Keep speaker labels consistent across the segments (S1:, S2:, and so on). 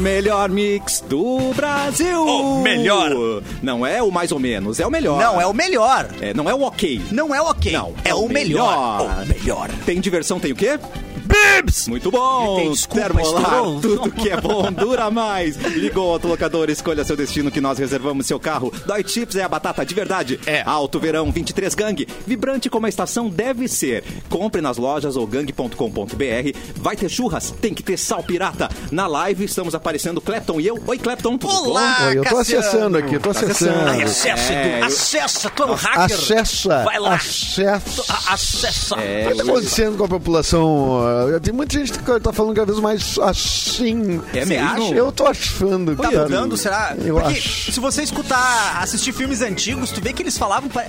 S1: melhor mix do Brasil.
S2: O melhor.
S1: Não é o mais ou menos, é o melhor.
S3: Não, é o melhor.
S1: É, não é o ok.
S3: Não é o ok.
S1: Não,
S3: é, o melhor. O melhor.
S1: Tem diversão, tem o quê?
S3: Bibs!
S1: Muito bom!
S3: Tem desculpa,
S1: Termolar,
S3: estourou.
S1: tudo que é bom dura mais. Ligou autolocador, escolha seu destino que nós reservamos seu carro. Dói Chips é a batata de verdade.
S2: É.
S1: Alto Verão 23 Gang, vibrante como a estação deve ser. Compre nas lojas ou gang.com.br. Vai ter churras, tem que ter sal pirata. Na live estamos aparecendo Clepton e eu. Oi Clepton, tudo
S3: Olá,
S1: bom?
S4: Oi, eu tô
S3: Cassiano.
S4: acessando aqui, tô
S3: Ai,
S4: acessando.
S3: acessa,
S1: É,
S3: Edu.
S1: eu-
S3: Acessa, tu é um hacker.
S4: Acessa,
S3: Vai lá. Ah,
S4: acessa.
S3: A- Acessa.
S1: É,
S4: O que está acontecendo com a população? Ah, Tem muita gente que tá falando cada vez mais assim.
S1: É mesmo?
S4: Acha? Eu tô achando.
S3: Tá
S4: cara.
S3: mudando, será?
S4: Eu
S3: Porque
S4: acho.
S3: se você escutar, assistir filmes antigos, tu vê que eles falavam. pa-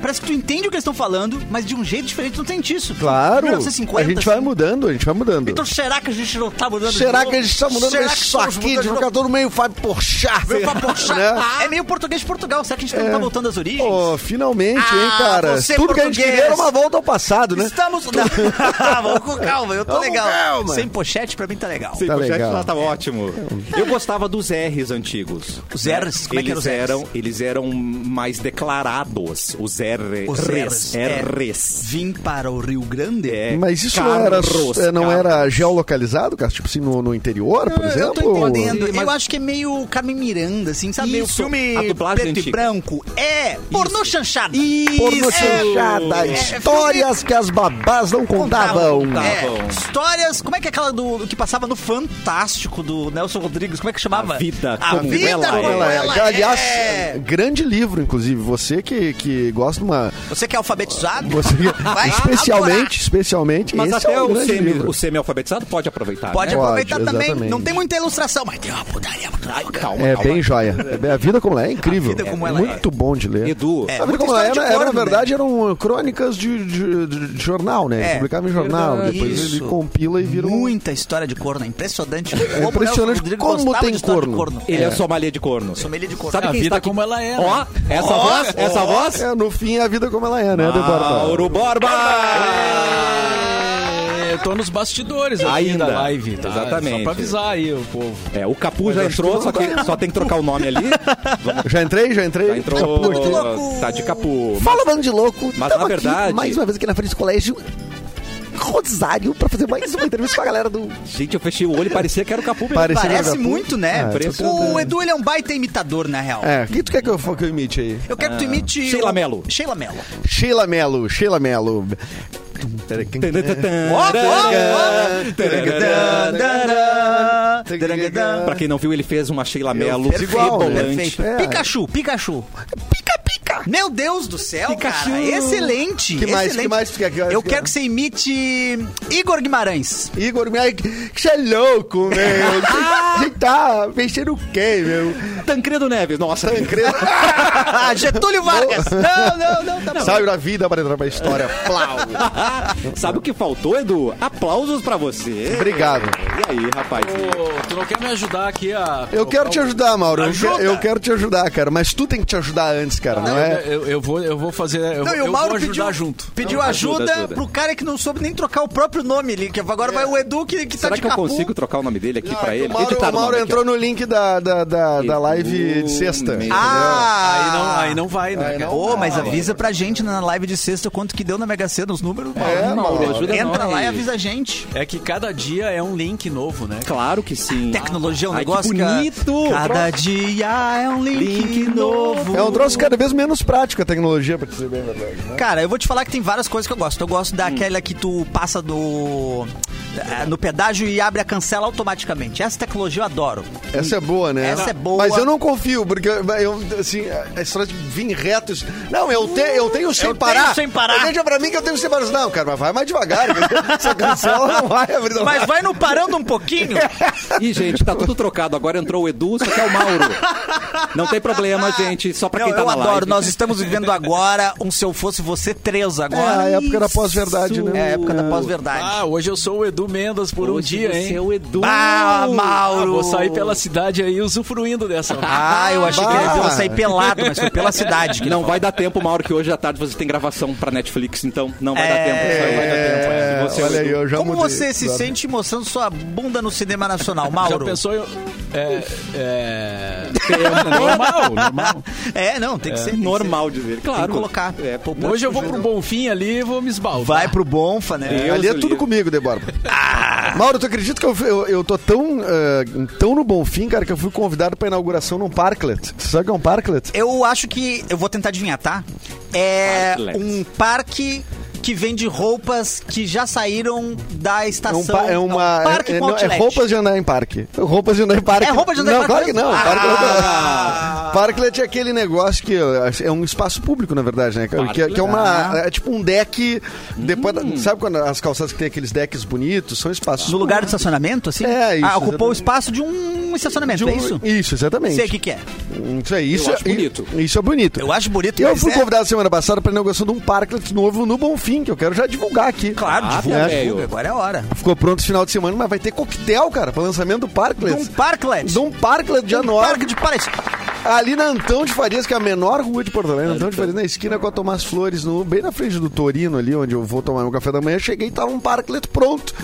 S3: Parece que tu entende o que eles estão falando, mas de um jeito diferente tu não tem isso.
S4: Claro.
S3: 1950,
S4: a gente vai
S3: assim.
S4: mudando, a gente vai mudando.
S3: Então será que a gente não tá mudando de
S4: será
S3: novo?
S4: que a gente tá mudando
S3: Será que
S4: isso
S3: estamos
S4: aqui
S3: mudando
S4: de
S3: novo?
S4: ficar todo meio Fábio Porchat?
S3: Veio pra puxar.
S4: Né?
S3: É meio português de Portugal. Será que a gente não tá voltando às origens?
S4: Pô, finalmente, hein,
S3: Ah,
S4: cara?
S3: você
S4: Tudo que a gente
S3: português.
S4: queria era uma volta ao passado, né?
S3: Estamos. Não, vamos com calma, eu tô
S4: Vamos com
S3: legal.
S4: calma.
S3: Sem pochete pra mim tá legal.
S1: Sem
S4: Tá
S1: pochete
S4: legal.
S1: lá tá ótimo. Eu gostava dos R's antigos.
S3: Os R's? Como é que
S1: eles
S3: eram os
S1: eram, eles eram mais declarados, os R,
S3: Os
S1: R's.
S3: R's, é.
S1: R's.
S3: Vim para o Rio Grande?
S1: É,
S4: Mas isso
S1: carros,
S4: não, era, não
S1: carros.
S4: era geolocalizado, cara? Tipo assim, no, no interior, por
S3: Eu
S4: exemplo?
S3: tô entendendo.
S1: Sim, mas-
S3: Eu acho que é meio Carmen Miranda, assim, sabe? Meio
S1: Isso,
S3: filme
S1: a dublagem
S3: preto e
S1: antiga.
S3: branco. É pornô chanchada.
S4: Porno
S3: Isso.
S4: chanchada,
S3: É,
S4: histórias que as babás não contavam.
S1: contavam.
S3: É,
S1: bom.
S3: histórias. Como é que é aquela do, do que passava no Fantástico do Nelson Rodrigues? Como é que chamava?
S1: A Vida
S3: a
S1: Como
S3: vida
S1: Ela
S3: como
S1: É.
S3: ela,
S4: Ela é,
S3: é.
S4: aliás, grande livro, inclusive. Você que, que gosta de uma.
S3: Você que é alfabetizado?
S4: Você, é
S3: Vai
S4: especialmente,
S3: adorar.
S4: especialmente.
S1: Mas
S4: esse
S1: até
S4: é um
S1: o,
S4: grande
S1: semi,
S4: livro.
S1: o semi-alfabetizado pode aproveitar,
S3: Pode
S1: né?
S4: Ah, Pode,
S3: aproveitar também.
S4: exatamente.
S3: Não tem muita ilustração, mas tem uma putaria muito louca.
S1: Calma,
S4: É
S1: calma.
S4: bem joia. É, a vida como ela é, é incrível.
S3: A Vida Como Ela É.
S4: Muito bom de ler.
S1: Edu,
S3: É.
S4: a vida
S3: muita
S4: como
S3: história
S4: ela era,
S3: de
S4: era, na
S3: corno,
S4: verdade, eram uh, crônicas de, de- de- de jornal, né?
S3: É,
S4: Ele Publicava em jornal.
S1: verdade.
S4: Depois
S3: Isso.
S4: ele compila e vira um.
S3: Muita história de corno, é impressionante. Como Nelson
S4: impressionante
S3: Rodrigues
S4: como
S3: gostava
S4: tem
S3: de história de
S4: corno.
S1: ele é, sommelier de corno.
S3: Sommelier de corno. tá
S1: Sabe
S2: A
S1: quem
S2: vida
S1: está aqui?
S2: como ela é,
S1: Ó, essa voz, essa voz.
S4: É, no fim, é a vida como ela é,
S3: Ah,
S4: né, Deborah?
S1: Mauro Borba!
S2: É, Eu tô nos bastidores aqui
S1: Ainda.
S2: da live, tá?
S1: Exatamente.
S2: Só pra avisar aí o povo.
S1: É, o Capu já entrou, só, que, só tem que trocar o nome ali.
S4: Já entrei, já entrei.
S1: Já
S4: Puta.
S1: entrou, tá de Capu.
S4: Fala, bando de louco.
S1: Mas,
S4: Tamo
S1: na
S4: aqui,
S1: verdade-
S4: mais uma vez aqui na frente do colégio Rosário pra fazer mais uma entrevista com a galera do.
S1: Gente, eu fechei o olho e parecia que era o Capu mesmo.
S4: Parecia
S3: Parece
S4: Gapu.
S3: muito,
S4: É,
S3: né?
S4: impressionante.
S3: o Edu, ele é um baita imitador, na real.
S4: É, o que tu quer que eu, fa- que eu imite aí?
S3: Eu quero que tu imite...
S1: É. Sheila Mello. É.
S3: Sheila Mello.
S4: Sheila Melo, Sheila Melo.
S1: É. Pra quem não viu, ele fez uma Sheila Mello
S4: fiz igual, né?
S1: rebolante.
S3: Perfeito.
S4: É.
S3: Pikachu, Pikachu. Pica, pica. Meu Deus do céu,
S1: Pikachu.
S3: cara. Excelente.
S4: Que mais,
S3: excelente.
S4: que mais tu quer que eu-
S3: Eu quero que você imite Igor Guimarães.
S4: Igor, minha... você é louco, meu. Você tá mexendo o quê, meu? Tá
S1: Tancredo Neves, nossa.
S4: Tancredo.
S3: Ah, Getúlio Vargas. Não, não, não. tá bom.
S4: Saiu da vida para entrar pra história. Plau.
S1: Sabe o que faltou, Edu? Aplausos pra você.
S4: Obrigado.
S1: E aí, rapaz?
S2: Ô, tu não quer me ajudar aqui a.
S4: Eu quero te ajudar, Mauro. Eu, que-
S2: Ajuda.
S4: eu quero te ajudar, cara. Mas tu tem que te ajudar antes, cara, não,
S2: Não,
S4: é?
S2: eu, eu vou, eu vou fazer. Eu,
S3: Não, e
S2: eu
S3: o Mauro
S2: vou ajudar
S3: pediu,
S2: junto.
S3: pediu
S1: Não,
S3: ajuda,
S1: ajuda, ajuda.
S3: pro cara que não soube nem trocar o próprio nome ali. Que agora vai o Edu que, que tá
S1: Será
S3: de
S1: que eu
S3: capu.
S1: consigo trocar o nome dele aqui pra
S4: Ah, O
S1: ele?
S4: Mauro,
S1: Editar
S4: o Mauro é?
S1: nome aqui, ó.
S4: entrou no link da, da, da, da live de sexta. É,
S1: Meu
S3: Ah!
S2: Aí, não, aí não vai, né? cara?
S3: Ô, mas avisa pra gente na live de sexta quanto que deu na Mega Sena, os números.
S4: É,
S3: Mauro.
S4: Mauro,
S2: ajuda
S3: Entra
S2: nós.
S3: lá e avisa a gente.
S2: É que cada dia é um link novo, né?
S1: Claro que sim.
S3: Tecnologia é um
S1: Ai, que
S3: negócio que
S1: bonito.
S3: Cada dia é um link,
S1: Link
S3: novo.
S4: É um troço cada vez menos prático a tecnologia, pra dizer bem a verdade. né?
S3: Cara, eu vou te falar que tem várias coisas que eu gosto. Eu gosto daquela que tu passa do. eh, no pedágio e abre a cancela automaticamente. Essa tecnologia eu adoro.
S4: Essa é boa, né?
S3: Essa é boa.
S4: Mas eu não confio, porque eu, assim, a história de vir reto. isso- Não, eu, te, eu tenho sem
S3: Eu tenho
S4: parar.
S3: sem parar.
S4: Deixa pra mim que eu tenho sem parar. Não, cara, mas vai mais devagar. Essa cancela não vai abrir. Não
S3: Mas vai no parando um pouquinho.
S1: Ih, gente, tá tudo trocado. Agora entrou o Edu, só que é o Mauro. Não tem problema, gente. Só pra
S3: Não,
S1: quem tá
S3: eu
S1: na
S3: adoro.
S1: live.
S3: Nós estamos vivendo agora um Se Eu Fosse Você 3 agora.
S4: É, a época da pós-verdade, né?
S3: É a época da pós-verdade.
S2: Ah, hoje eu sou o Edu Mendes por um
S1: Hoje
S2: dia,
S1: você
S2: hein?
S1: é o Edu.
S3: Ah, Mauro!
S2: Ah, vou sair pela cidade aí usufruindo dessa.
S3: Ah, eu achei que ele ia dizer, eu saí pelado, mas foi pela cidade. que ele
S1: Não
S3: falou.
S1: vai dar tempo, Mauro, que hoje à tarde você tem gravação pra Netflix, então não vai dar
S3: É.
S1: tempo. Isso aí vai dar tempo.
S4: É,
S1: Se você é o
S4: olha aí,
S1: Edu.
S4: eu já
S3: Como
S4: mudei.
S3: você se
S4: Claro.
S3: sente mostrando sua bunda no cinema nacional,
S2: Já
S3: Mauro?
S2: pensou eu, É, é... normal, normal.
S3: É, não, tem que ser. tem que
S1: Normal de ver.
S3: ser. Tem
S1: Claro.
S3: que colocar.
S1: É,
S3: Poupou
S2: Hoje eu
S3: de
S2: vou
S3: sujeira.
S2: pro Bonfim ali e vou me esbalvar.
S3: Vai pro Bonfa, né?
S1: Deus
S4: Ali é
S1: o
S4: tudo
S1: livre.
S4: comigo, Débora. Mauro, tu acredita que eu, fui- eu, eu tô tão, eh, tão no bom fim, cara, que eu fui convidado pra inauguração num parklet. Você sabe o que é um parklet?
S3: Eu acho que. Eu vou tentar adivinhar, tá? É
S1: Parklet.
S3: um parque que vende roupas que já saíram da
S4: É,
S3: estação.
S4: um pa- é uma.
S3: um parque
S4: é,
S3: com
S4: não, é
S3: outlet.
S4: roupas de andar em parque. Roupas de andar em parque.
S3: É roupa de andar em
S4: não,
S3: parque Ah!
S4: Claro que
S3: mesmo?
S4: não.
S3: Ah!
S4: Parklet, parklet é aquele negócio que eh, é um espaço público, na verdade, né? cara? Que, que é
S1: ah.
S4: uma. É tipo um deck. Depois,
S1: Hum.
S4: da- Sabe quando as calçadas que tem aqueles decks bonitos? São espaços.
S3: No lugar do estacionamento, assim?
S4: É, isso,
S3: Ah, ocupou o
S4: exatamente.
S3: espaço de um estacionamento,
S4: de um-
S3: é isso?
S4: Isso, exatamente.
S3: Sei o que, que é.
S4: Isso aí, isso,
S1: acho
S4: é-
S1: bonito.
S4: Isso é bonito.
S3: Eu acho bonito,
S4: Eu
S3: mas
S4: fui
S3: é-
S4: convidado semana passada para inauguração de um parklet novo no Bonfim, que eu quero já divulgar aqui. né?
S3: Claro,
S1: Ah,
S3: divulga,
S1: velho.
S3: divulga, agora é a hora.
S4: Ficou pronto esse final de semana, mas vai ter coquetel, cara, para lançamento do
S3: De
S4: parklet.
S3: um parklet.
S4: De um parklet dia 9,
S3: Parque de Paris.
S4: ali na Antão de Farias, que é a menor rua de Porto Alegre, Antão de Farias, na esquina com a Tomás Flores, no, bem na frente do Torino ali, onde eu vou tomar meu café da manhã, cheguei e tava um parklet pronto,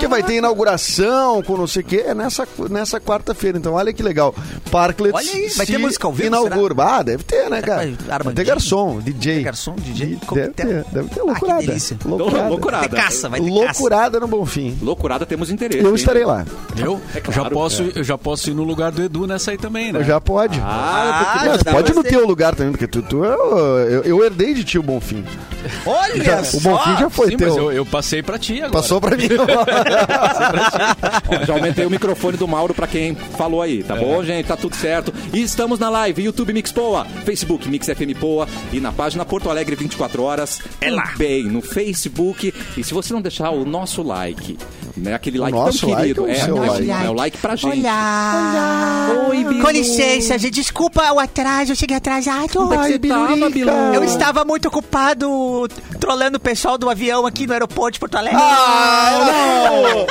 S4: que vai ter inauguração com não sei o que, é nessa, nessa quarta-feira, então olha que legal. Parklet
S3: Olha aí, vai ter música ao vivo,
S4: inaugura. Ah, deve ter, né, cara?
S3: vai-
S4: Vai
S3: Armandinho?
S4: ter garçom, DJ.
S3: Ter garçom, DJ,
S4: Deve
S3: coquetel.
S4: ter, deve ter
S3: que
S4: loucurada.
S3: delícia.
S4: loucurada.
S1: Loucurada.
S3: Vai ter caça, vai ter caça.
S4: Loucurada no Bonfim.
S1: Loucurada, temos interesse.
S4: Eu
S1: hein?
S4: estarei lá.
S2: Eu,
S1: É claro,
S2: já posso, eu já posso ir no lugar do Edu nessa aí também, né?
S4: Já pode.
S1: Ah,
S3: Ah,
S4: Mas
S3: já dá
S4: pode ir
S3: pra
S4: no
S3: ser.
S4: teu lugar também, porque tu, tu eu, eu, eu herdei de ti o Bonfim.
S3: Olha
S4: Já-
S3: é só.
S4: o Bonfim já foi
S2: Ah, Sim, mas
S4: teu.
S2: eu, eu passei pra ti agora.
S4: Passou pra mim.
S1: Ó, já aumentei o microfone do Mauro pra quem falou aí, tá bom, gente? Tá tudo certo. E estamos na live, YouTube Mix Poa, Facebook Mix FM Poa e na página Porto Alegre 24 horas. É lá. Bem, no Facebook. E se você não deixar o nosso like, né? Aquele like
S4: nosso
S1: tão
S4: like
S1: querido.
S4: ou o
S1: é,
S4: seu
S1: é,
S4: like?
S1: é o like pra gente.
S3: Olá.
S1: Oi, Bilu.
S3: Com licença, gente. Desculpa o atraso, eu cheguei atrasado.
S1: Onde é que
S4: Ai,
S1: você tava,
S4: Bilurica.
S1: Bilu?
S3: Eu estava muito ocupado trolando o pessoal do avião aqui no aeroporto de Porto Alegre.
S4: Ah, não!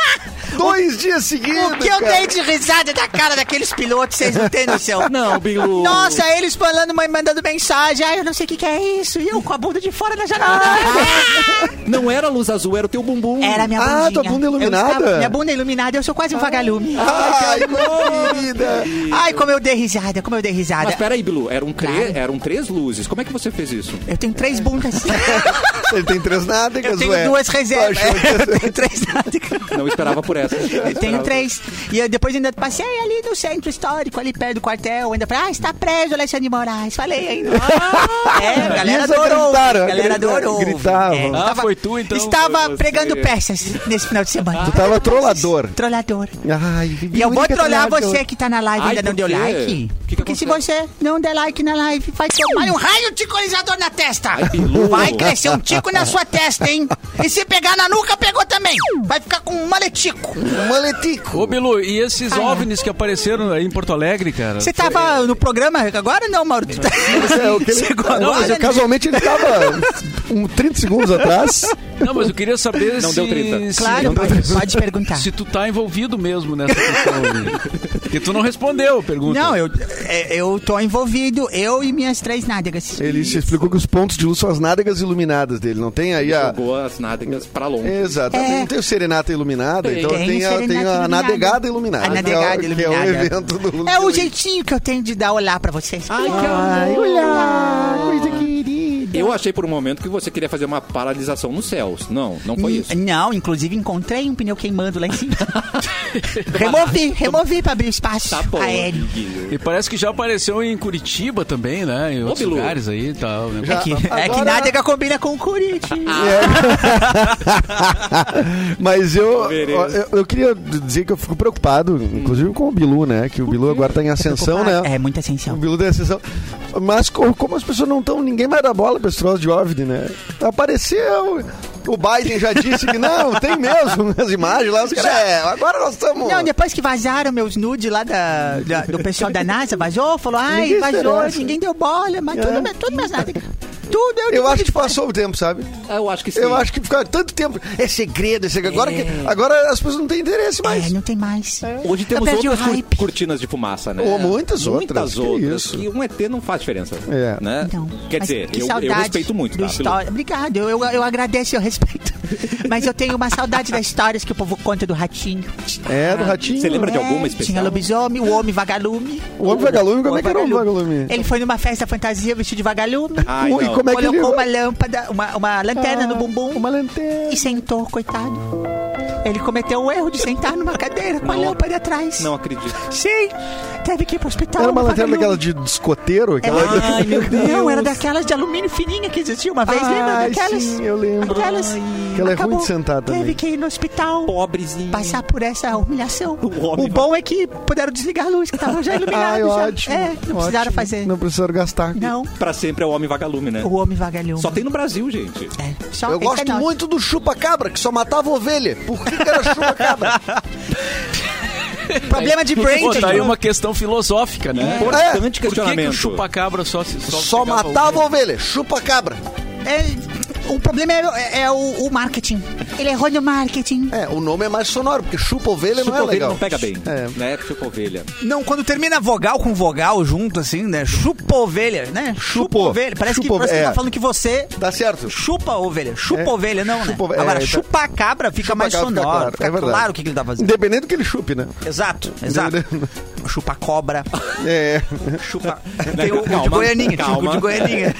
S4: Dois dias seguidos.
S3: o que eu
S4: cara.
S3: dei de risada da cara daqueles pilotos, vocês não têm noção.
S1: Não, Bilu.
S3: Nossa, eles falando, mãe mandando mensagem. Ah, eu não sei o que, que é isso. E eu com a bunda de fora da janela.
S1: Não era luz azul, era o teu bumbum.
S3: Era minha bundinha.
S4: Ah, tua bunda
S3: Eu
S4: iluminada? Ah.
S3: estava- minha bunda iluminada, eu sou quase um vagalume.
S4: Ai, querida.
S3: Ai, como eu dei risada, como eu dei risada.
S1: Mas peraí, Bilu, eram, tre-
S3: Claro.
S1: eram três luzes. Como é que você fez isso?
S3: Eu tenho três bundas.
S4: Ele tem três nádegas,
S3: Eu tenho
S4: ué.
S3: duas reservas.
S4: Tu achou que-
S3: Eu tenho três nádegas.
S1: Não esperava por essa.
S3: Eu tenho três. E eu depois ainda passei ali no centro histórico, ali perto do quartel, ainda falei, ah, está preso Alexandre de Moraes. Falei ainda. é, a galera
S4: Isso
S3: adorou. A
S4: acreditaram,
S3: galera
S4: acreditaram,
S3: adorou.
S4: gritavam.
S3: É,
S2: Ah, foi tu, então?
S1: Foi
S3: Estava
S1: você.
S3: pregando peças nesse final de semana.
S4: Tu tava trollador.
S3: Trollador.
S4: Ai,
S3: E eu vou
S4: Bilurica
S3: trollar
S4: é trollador.
S3: você que tá na live
S1: Ai,
S3: e ainda não
S1: por
S3: deu
S1: quê?
S3: like.
S1: Que que
S3: Porque se
S1: acontece?
S3: você não der like na live, vai tomar um raio de colonizador na testa.
S1: Bilu.
S3: vai crescer um tico na sua testa, hein? E se pegar na nuca, pegou também. Vai ficar com um maletico.
S4: Maletico.
S2: Ô, Bilu, e esses OVNIs que apareceram aí em Porto Alegre, cara?
S3: Você tava no programa agora não, Mauro? Tu tá-
S4: É, o que ele-
S3: Chegou agora,
S4: Não, mas eu-
S3: né?
S4: casualmente ele tava um 30 segundos atrás.
S2: Não, mas eu queria saber
S1: Não
S2: se...
S1: deu treta.
S2: se-
S3: Claro, pode, pode perguntar.
S2: Se tu tá envolvido mesmo nessa questão aí. Porque tu não respondeu a pergunta.
S3: Não, eu, é, eu tô envolvido, eu e minhas três nádegas.
S4: Ele se explicou que os pontos de luz são as nádegas iluminadas dele, não tem aí a.
S1: Jogou as nádegas pra longe.
S4: Exatamente.
S3: É.
S4: Não tem o Serenata Iluminada, então
S3: Tem
S4: tem,
S3: o
S4: a, tem a
S3: Serenata
S4: Nadegada
S3: Iluminada.
S4: Iluminada.
S3: A Nadegada
S4: que é o- Que é
S3: Iluminada.
S4: o evento do
S3: É o
S4: do-
S3: jeitinho que eu tenho de dar olá pra vocês.
S1: Ai, que amor.
S4: Olha, coisa
S3: Então.
S4: querida.
S1: Eu achei por um momento que você queria fazer uma paralisação nos céus. Não, não
S3: Hum.
S1: foi isso.
S3: Não, inclusive encontrei um pneu queimando lá em cima. removi, removi pra abrir espaço
S1: Tá bom.
S3: aéreo.
S1: amiguinho.
S2: E parece que já apareceu em Curitiba também, né? Em outros
S1: Bilu.
S2: lugares aí e tal. né?
S3: É que, é que
S4: Agora-
S3: nádega combina com o Corinthians.
S4: É. Mas eu, ó,
S1: Beleza.
S4: eu, eu queria dizer que eu fico preocupado, inclusive com o Bilu, né? Que o Bilu agora tá em ascensão, né?
S3: Uhum. É muita
S4: O
S3: ascensão.
S4: Bilu da Ascensão. Mas co- como as pessoas não estão, ninguém mais dá bola pra esse troço de OVNI, né? Apareceu. O Biden já disse que não, tem mesmo as imagens lá. Os caras, é, agora nós estamos.
S3: Não, depois que vazaram meus nudes lá da, da- do pessoal da NASA, vazou, falou, ai,
S4: Ninguém
S3: vazou,
S4: interessa.
S3: ninguém deu bola, mas
S4: É.
S3: tudo, tudo mais nada. Tudo eu,
S4: Eu acho que passou o tempo, sabe?
S1: Ah, Eu acho que sim.
S4: Eu acho que ficava tanto tempo. É segredo, é segredo. Agora, que, agora as pessoas não têm interesse
S3: É,
S4: mais. É.
S3: não tem mais.
S1: Hoje
S3: Eu
S1: temos
S3: perdi o
S1: outras cur-
S3: hype.
S1: cortinas de fumaça, né?
S4: Ou muitas outras,
S1: Muitas
S4: que
S1: outras.
S4: isso.
S1: E um ET não faz diferença.
S4: É.
S1: Né?
S3: Então,
S1: Quer
S3: mas
S1: dizer,
S3: que
S1: eu, eu
S3: saudade
S1: respeito muito,
S3: do
S1: tá? Bilu?
S3: história. Obrigado, eu, eu, eu agradeço e eu respeito.
S5: Mas eu tenho uma saudade das histórias que o povo conta do ratinho.
S4: É, do ratinho.
S1: Você lembra de alguma
S5: É, Tinha
S1: especial?
S5: lobisomem, o homem vagalume.
S4: O homem vagalume, como é que era o homem vagalume?
S5: Ele foi numa festa fantasia vestido de vagalume.
S1: Ai,
S4: Ui,
S1: não.
S4: como é que ele... Ah.
S5: colocou uma lâmpada, uma, uma lanterna no bumbum
S4: Uma lanterna.
S5: e sentou, coitado. Ele cometeu o erro de sentar numa cadeira com a
S1: Não.
S5: lâmpada atrás.
S1: Não acredito.
S5: Sim, teve que ir pro hospital.
S4: Era uma
S5: no
S4: lanterna daquela
S5: vagalume.
S4: de escoteiro? Aquela...
S5: Era-
S1: Ai, meu
S5: É, Não, era daquelas de alumínio fininha que existia uma vez, lembra
S4: Ai,
S5: daquelas?
S4: sim, eu lembro.
S5: Aquelas.
S4: Que ela é ruim
S5: Acabou.
S4: de sentar
S5: Teve
S4: também.
S5: que ir no hospital,
S1: Pobrezinho.
S5: passar por essa humilhação.
S1: O homem
S5: O bom é que puderam desligar a luz, que tava já iluminado.
S4: Ai,
S5: já.
S4: ótimo.
S5: É, não precisaram
S4: ótimo.
S5: fazer. Não.
S4: Não precisaram gastar.
S1: Pra sempre é o homem vagalume, né?
S5: o homem vagalhão.
S1: Só tem no Brasil, gente.
S5: É, só
S4: Eu
S5: esse é
S4: gosto
S5: nosso.
S4: muito do chupa-cabra, que só matava ovelha. Por que, que era chupa-cabra?
S3: Problema de
S2: Pô,
S3: branding.
S2: tá aí uma questão filosófica,
S4: É.
S2: né? Por
S1: Importante
S2: que, que
S1: questionamento.
S2: o chupa-cabra só, se- só,
S4: Só
S2: pegava
S4: matava ovelha. Chupa-cabra.
S5: É, o problema é, é o, o marketing. Ele errou no marketing.
S4: É, o nome é mais sonoro, porque chupa-ovelha não
S1: Chupa
S4: é
S1: ovelha
S4: legal.
S1: não pega bem.
S4: É.
S1: Né? Chupa ovelha.
S3: Não, quando termina vogal com vogal junto, assim, né? Chupa ovelha, né? Chupa
S4: Chupou.
S3: ovelha. Parece que
S4: Chupou,
S3: parece que
S4: é.
S3: tá falando que você
S4: Tá certo.
S3: chupa ovelha. Chupa
S4: É.
S3: ovelha, não, né?
S4: Chupa ovelha,
S3: Agora,
S4: é, tá-
S3: chupa a cabra fica mais
S4: Chupa-cabra fica
S3: sonoro.
S4: claro, é
S3: Fica
S4: verdade.
S3: claro o que, que ele tá fazendo.
S4: Independente do que ele chupe, né?
S3: Exato, exato. Chupa cobra.
S4: É.
S3: Chupa.
S1: Né,
S3: Tem o, o de
S1: calma,
S3: goianinha. Chupa o
S1: calma.
S3: de goianinha.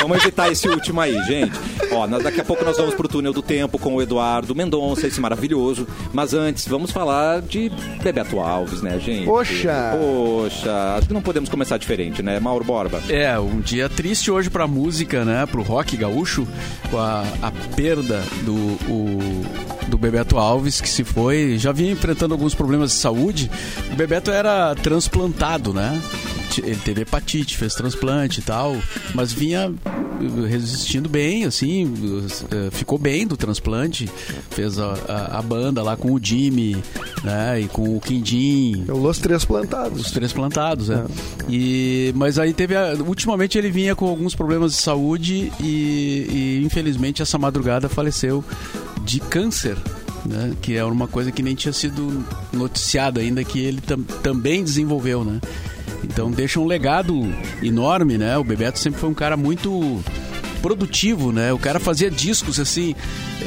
S1: Vamos evitar esse último aí, gente. Ó, nós, daqui a pouco nós vamos pro túnel do tempo com o Eduardo Mendonça, esse maravilhoso. Mas antes, vamos falar de Bebeto Alves, né, gente?
S4: Poxa.
S1: Poxa, acho que não podemos começar diferente, né? Mauro Borba.
S2: É, um dia triste hoje pra música, né? Pro rock gaúcho, com a, a perda do, o- do Bebeto Alves, que se foi. Já vinha enfrentando alguns problemas de saúde. O Bebeto era transplantado, né? T- Ele teve hepatite, fez transplante e tal, mas vinha eh, resistindo bem, assim, eh, ficou bem do transplante, fez a, a- a banda lá com o Jimmy, né, e com o Quindim,
S4: Eu los três
S2: os
S4: plantados.
S2: três plantados, é. E, mas aí teve. a- ultimamente ele vinha com alguns problemas de saúde e, e, infelizmente essa madrugada faleceu de câncer. Né, que é uma coisa que nem tinha sido noticiada ainda que ele tam- também desenvolveu, né? Então deixa um legado enorme, né? O Bebeto sempre foi um cara muito produtivo, né? O cara fazia discos assim,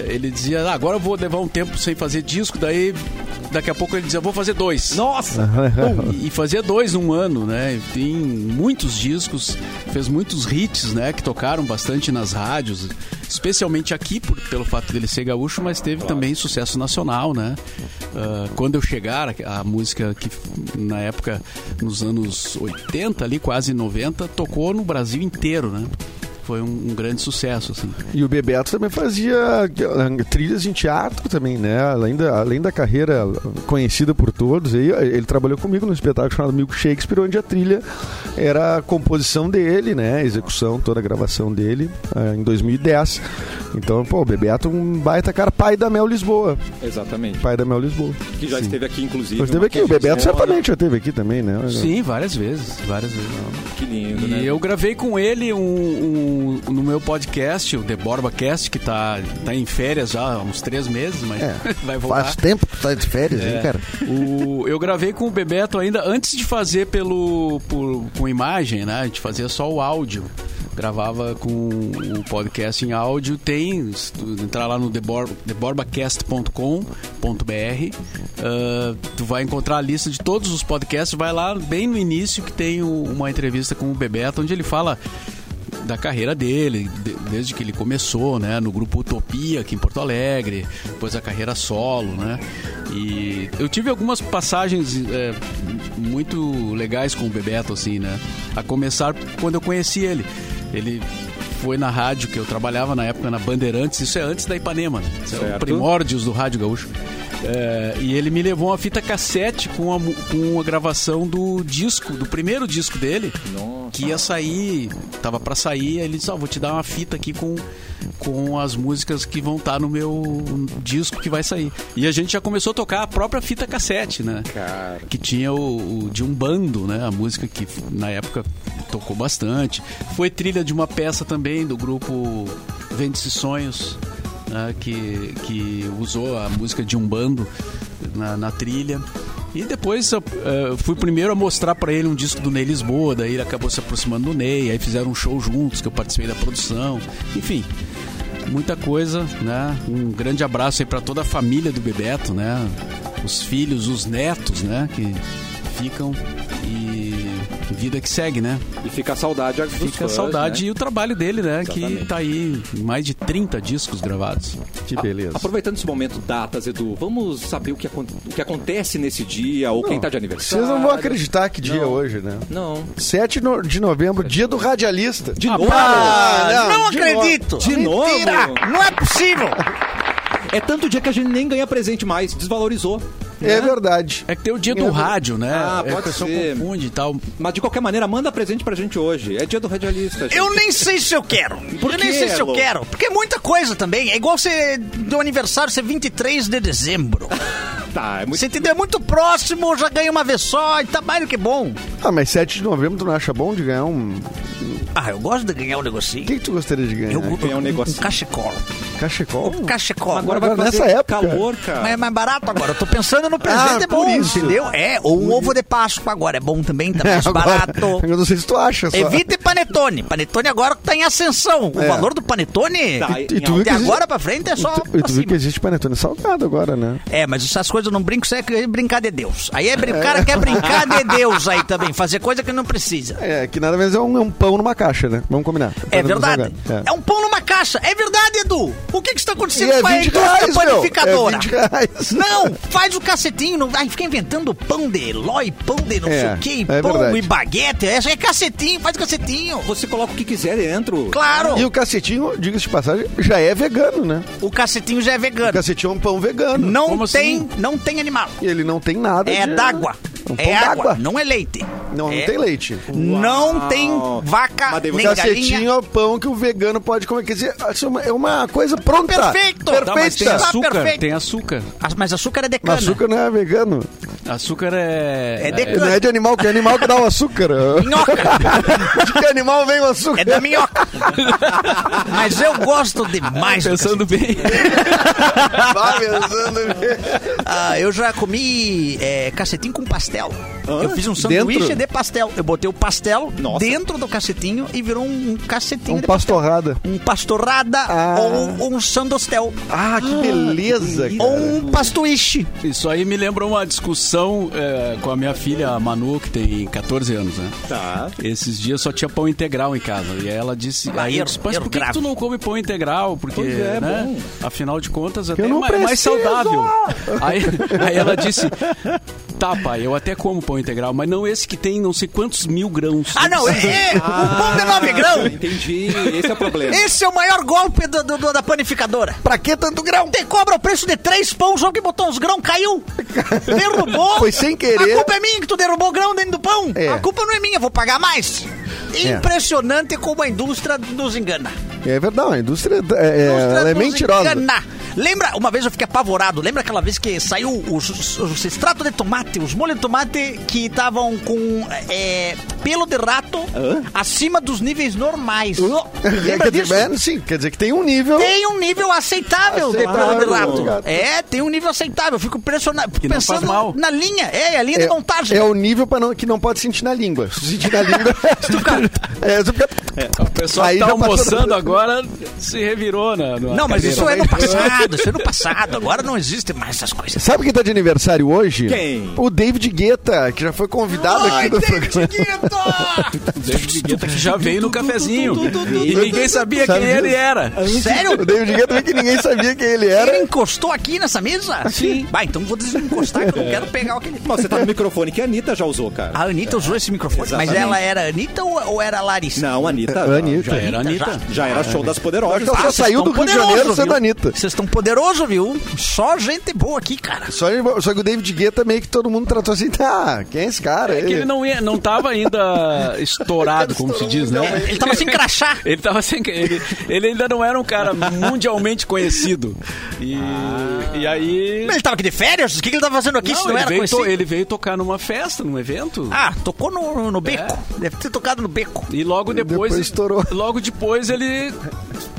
S2: ele dizia: ah, "Agora eu vou levar um tempo sem fazer disco", daí daqui a pouco ele dizia: "Vou fazer dois".
S1: Nossa!
S2: E fazia dois num ano, né? E Tem muitos discos, fez muitos hits, né? Que tocaram bastante nas rádios, especialmente aqui, por, pelo fato dele ser gaúcho, mas teve também sucesso nacional, né? Ah, quando eu chegar, a música que na época, nos anos 80, ali quase 90, tocou no Brasil inteiro, né? Foi um, um grande sucesso, assim.
S4: E o Bebeto também fazia eh, trilhas em teatro também, né? Além da, além da carreira conhecida por todos, aí, ele trabalhou comigo num espetáculo chamado Milk Shakespeare, onde a trilha era a composição dele, né? A execução, toda a gravação dele, eh, em 2010. Então, pô, o Bebeto é um baita cara, pai da Mel Lisboa.
S1: Exatamente.
S4: Pai da Mel Lisboa.
S1: Que já esteve aqui, inclusive.
S4: Já esteve aqui, o Bebeto certamente já tá esteve aqui também, né?
S2: Sim, várias vezes, várias vezes.
S1: Que lindo, né?
S2: E eu gravei com ele um, um- no meu podcast, o The Borba Cast, que tá, tá em férias já há uns três meses, mas
S4: É,
S2: vai voltar.
S4: Faz tempo que tá de férias,
S2: É.
S4: hein, cara?
S2: O- eu gravei com o Bebeto ainda antes de fazer pelo por- com imagem, né? A gente fazia só o áudio. Gravava com o podcast em áudio. Tem, se tu entrar lá no thebor- theborbacast.com.br, ah, tu vai encontrar a lista de todos os podcasts. Vai lá bem no início que tem o- uma entrevista com o Bebeto, onde ele fala da carreira dele, de- desde que ele começou, né, no grupo Utopia aqui em Porto Alegre, depois a carreira solo, né? E eu tive algumas passagens é, muito legais com o Bebeto assim, né? A começar quando eu conheci ele. Ele foi na rádio que eu trabalhava na época na Bandeirantes, isso é antes da Ipanema, né? Isso é o
S1: Certo.
S2: primórdios do rádio gaúcho. É, e ele me levou uma fita cassete com a, mu- com a gravação do disco, do primeiro disco dele, que ia sair, tava pra sair, aí ele disse, ó, vou te dar uma fita aqui com, com as músicas que vão estar no meu disco que vai sair. E a gente já começou a tocar a própria fita cassete, né?
S1: Cara.
S2: Que tinha o, o de um bando, né? A música que na época tocou bastante. Foi trilha de uma peça também do grupo Vende-se Sonhos, né? que, que usou a música de um bando na, na trilha. E depois eu, eh, fui primeiro a mostrar pra ele um disco do Ney Lisboa, daí ele acabou se aproximando do Ney, aí fizeram um show juntos, que eu participei da produção, enfim. muita coisa, né? Um grande abraço aí pra toda a família do Bebeto, né? Os filhos, os netos, né? Que ficam e vida que segue, né?
S1: E fica a saudade dos
S2: Fica a
S1: fãs,
S2: saudade
S1: né?
S2: e o trabalho dele, né?
S1: Exatamente.
S2: Que tá aí mais de 30 discos gravados.
S4: Que beleza.
S1: Aproveitando esse momento, datas, Edu, vamos saber o que, acon- o que acontece nesse dia ou quem tá de aniversário.
S4: Vocês não vão acreditar que dia é
S1: Não.
S4: hoje, né?
S1: Não.
S4: 7 no- de novembro, dia do radialista.
S2: Ah,
S1: De novo?
S4: Ah, não,
S3: Ah, não
S4: de novo.
S3: acredito!
S1: De novo?
S3: Não é possível!
S1: É tanto dia que a gente nem ganha presente mais, desvalorizou. né?
S4: É verdade.
S2: É que tem o dia do rádio, né?
S1: Ah,
S2: é, que
S1: pode
S2: o pessoal
S1: ser.
S2: confunde e tal.
S1: Mas de qualquer maneira, manda presente pra gente hoje. É dia do radialista. gente.
S3: Eu nem sei se eu quero.
S1: Por
S3: eu nem
S1: quê,
S3: sei se eu
S1: Lô?
S3: quero. Porque é muita coisa também. É igual você do aniversário ser 23 de dezembro.
S1: Tá, é muito.
S3: Você entendeu? É muito próximo, já ganha uma vez só e tá mais do que bom.
S4: Ah, mas 7 de novembro tu não acha bom de ganhar um. O
S3: Ah, eu gosto de ganhar um negocinho.
S4: que, que tu gostaria de ganhar?
S3: Eu
S4: Um
S3: gosto
S1: ganhar um negocinho.
S3: cachecol. Um
S4: Cachecol?
S3: Cachecol.
S1: Agora vai
S4: Agora,
S1: fazer
S4: nessa época-
S1: calor,
S3: Mas
S1: cara.
S3: é mais barato agora. Eu tô pensando no presente
S4: Ah,
S3: é bom,
S4: por isso.
S3: entendeu? É, ou um ovo de Páscoa agora. É bom também, tá mais barato.
S4: Eu não sei se tu acha só.
S3: Evite panetone. Panetone agora que tá em ascensão. O
S4: É.
S3: valor do panetone.
S1: Tá,
S4: E tu
S3: De
S4: viu que existe-
S3: agora pra frente é só.
S4: E tu, e
S3: pra
S4: tu viu que
S3: cima.
S4: existe panetone salgado agora, né?
S3: É, mas essas coisas eu não brinco, isso é que- brincar de Deus. Aí é brin- o cara quer brincar de Deus aí também, fazer coisa que não precisa.
S4: É, que nada menos é um, é um pão numa caixa, né? Vamos combinar.
S3: É
S4: Panetone
S3: verdade.
S4: salgado.
S3: É um pão numa caixa. É verdade, Edu. O que que está
S4: E
S3: acontecendo
S4: é
S3: com a
S4: 20
S3: indústria
S4: reais, meu.
S3: panificadora?
S4: É 20 reais.
S3: Não, faz o cacetinho. Não... Ai, fica inventando pão de Eloy, pão de não
S4: É,
S3: sei o que,
S4: é
S3: pão
S4: verdade.
S3: e baguete. É, é cacetinho, faz cacetinho.
S1: Você coloca o que quiser dentro.
S3: Claro,
S4: E o cacetinho, diga-se de passagem, já é vegano, né?
S3: o cacetinho já é
S4: O
S3: vegano.
S4: cacetinho é um pão vegano.
S3: Não
S2: Como
S3: tem,
S2: assim?
S3: não tem animal.
S4: E ele não tem nada.
S3: É
S4: de-
S3: d'água.
S4: Um pão
S3: é água,
S4: d'água.
S3: não é leite.
S4: Não,
S3: É-
S4: não tem leite.
S3: Não tem vaca
S1: Mas daí
S3: nem
S1: você
S3: galinha.
S4: Cacetinho é o pão que o vegano pode comer. Quer dizer, assim, uma- é uma coisa pronta.
S3: Perfeito.
S2: Tá, mas tem
S4: Perfeita.
S3: Tá
S2: açúcar,
S3: perfeito.
S2: tem açúcar.
S3: Ah, Mas açúcar é de
S4: O
S3: cana.
S4: açúcar não é vegano.
S2: Açúcar é...
S3: É de
S4: Não é de animal, que é animal que dá o açúcar.
S3: Minhoca.
S4: de que animal vem o açúcar?
S3: É da minhoca. Mas eu gosto demais. do
S2: Pensando bem...
S3: É
S4: Vai pensando.
S3: cacetinho. Ah, eu já comi é, cacetinho com pastel. Eu fiz um
S4: Dentro?
S3: sanduíche de pastel. Eu botei o pastel
S1: Nossa.
S3: dentro do cacetinho e virou um cacetinho.
S4: Um
S3: de-
S4: pastorrada.
S3: um pastorrada
S4: Ah.
S3: ou, ou um sandostel.
S4: Ah, que beleza,
S3: Ou
S4: cara.
S3: um pastuiche.
S2: Isso aí me lembrou uma discussão é, com a minha filha, a Manu, que tem 14 anos, né?
S1: Tá.
S2: Esses dias só tinha pão integral em casa. E ela disse.
S3: Ah,
S2: aí eu
S3: erro,
S2: disse, mas
S3: erro
S2: por que, que
S3: grave.
S2: tu não come pão integral? Porque,
S1: Pois é,
S2: né?
S1: bom.
S2: Afinal de contas, até é
S4: não
S2: mais, é mais
S4: preciso!
S2: saudável. Aí, aí ela disse: Tá, pai, eu até como pão integral, mas não esse que tem não sei quantos mil grãos.
S3: Ah, não. É, é, o pão de nove
S1: Ah,
S3: grãos.
S1: Entendi. Esse é o problema.
S3: Esse é o maior golpe do- do- do- da panificadora.
S4: Pra que tanto grão?
S3: Te cobra o preço de três pão, só que botou uns grãos, caiu. Derrubou.
S4: Foi sem querer.
S3: A culpa é minha que tu derrubou o grão dentro do pão.
S4: É.
S3: A culpa não é minha, vou pagar mais. Impressionante como a indústria nos engana.
S4: É verdade, a indústria, é, é,
S3: A indústria
S4: ela é
S3: nos
S4: mentirosa.
S3: engana. Lembra, uma vez eu fiquei apavorado, lembra aquela vez que saiu os, os, os extratos de tomate, os molhos de tomate que estavam com é, pelo de rato acima dos níveis normais.
S4: quer
S3: Lembra
S4: dizer,
S3: disso?
S4: é, sim, quer dizer que tem um nível.
S3: Tem um nível aceitável,
S4: Aceitável.
S3: de pelo de
S4: Obrigado.
S3: rato. É, tem um nível aceitável. Eu Fico impressionado.
S2: Que não
S3: pensando
S2: faz mal.
S3: na linha. É, a linha
S4: é,
S3: de montagem.
S4: é o nível pra não, que não pode sentir na língua. Se sentir na língua. se tu ficar- é, se tu ficar-
S2: O pessoal
S4: Aí
S2: que tá
S4: já passou-
S2: almoçando agora se revirou na. na
S3: Não, mas
S2: cadeira.
S3: isso é no passado. Isso é no passado. Agora não existe mais essas coisas.
S4: Sabe quem tá de aniversário hoje?
S1: Quem?
S4: O David Guetta, que já foi convidado
S3: Ah,
S4: aqui do programa.
S2: David Guetta que já veio no cafezinho. e ninguém
S4: Sabe
S2: sabia quem ele
S4: disso?
S2: era.
S4: O
S3: Sério?
S4: David Guetta que ninguém sabia quem ele
S3: Ele
S4: era.
S3: encostou aqui nessa mesa? Sim. Vai, então vou desencostar que eu não quero pegar aquele...
S1: Mas você tá no microfone que a Anitta já usou,
S4: Ah,
S1: cara.
S3: A Anitta usou esse microfone, mas
S1: Exatamente.
S3: ela era Anitta ou, ou era Larissa?
S1: Não, a Anitta.
S4: A Anitta. Ah,
S2: Já era a Anitta.
S3: Já.
S1: Já era show das poderosas. Ah,
S4: Ela só
S3: vocês
S4: saiu do
S3: tão
S4: Rio de Janeiro sendo
S3: viu?
S4: Anitta.
S3: Vocês estão poderosos, viu? Só gente boa aqui, cara.
S4: Só, só que o David Guetta meio que todo mundo tratou assim, tá, quem é esse cara?
S2: É que ele não, ia, não tava ainda estourado, como se diz, né?
S3: Ele tava sem crachá.
S2: Ele tava sem. Ele, ele ainda não era um cara mundialmente conhecido. E, e aí.
S3: Ele tava aqui de férias? O que, que ele tava fazendo aqui se não
S2: ele,
S3: era
S2: veio to-
S3: conhecido?
S2: ele veio tocar numa festa, num evento.
S3: Ah, tocou no, no beco. Deve ter tocado no beco.
S2: E logo depois.
S4: Depois estourou.
S2: Logo depois ele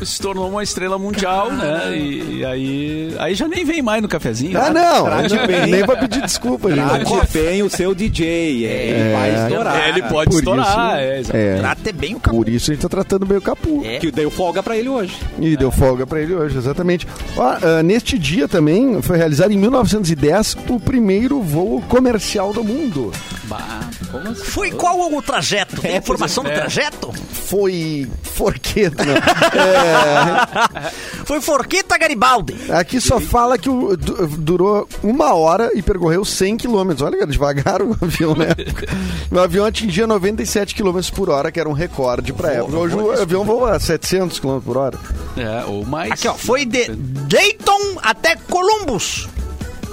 S2: se tornou uma estrela mundial, né? E, e aí, aí já nem vem mais no cafezinho.
S4: Ah,
S2: né?
S4: não. Nem vai pedir desculpa, gente.
S1: Trate bem o seu DJ. É, ele vai estourar.
S2: É, ele pode
S4: Por
S2: estourar,
S4: isso-
S2: é, exato.
S4: É.
S3: Trata bem o cabelo.
S4: Por isso a gente tá tratando bem o Capu.
S3: É.
S1: Que deu folga pra ele hoje.
S4: E deu folga pra ele hoje, exatamente. Ó, ah, neste dia também foi realizado em 1910 o primeiro voo comercial do mundo.
S3: Foi qual o trajeto? Tem
S1: É,
S3: informação do
S2: é.
S3: trajeto?
S4: Foi né? Forqueta. não.
S3: Foi Forqueta Garibaldi.
S4: Aqui só fala que o- du- durou uma hora e percorreu 100 quilômetros. Olha, cara, devagar o avião na época. O avião atingia 97 quilômetros por hora, que era um recorde pra época. Hoje o avião voa a 700 quilômetros por hora.
S2: É, ou mais.
S3: Aqui, ó, foi de Dayton até Columbus.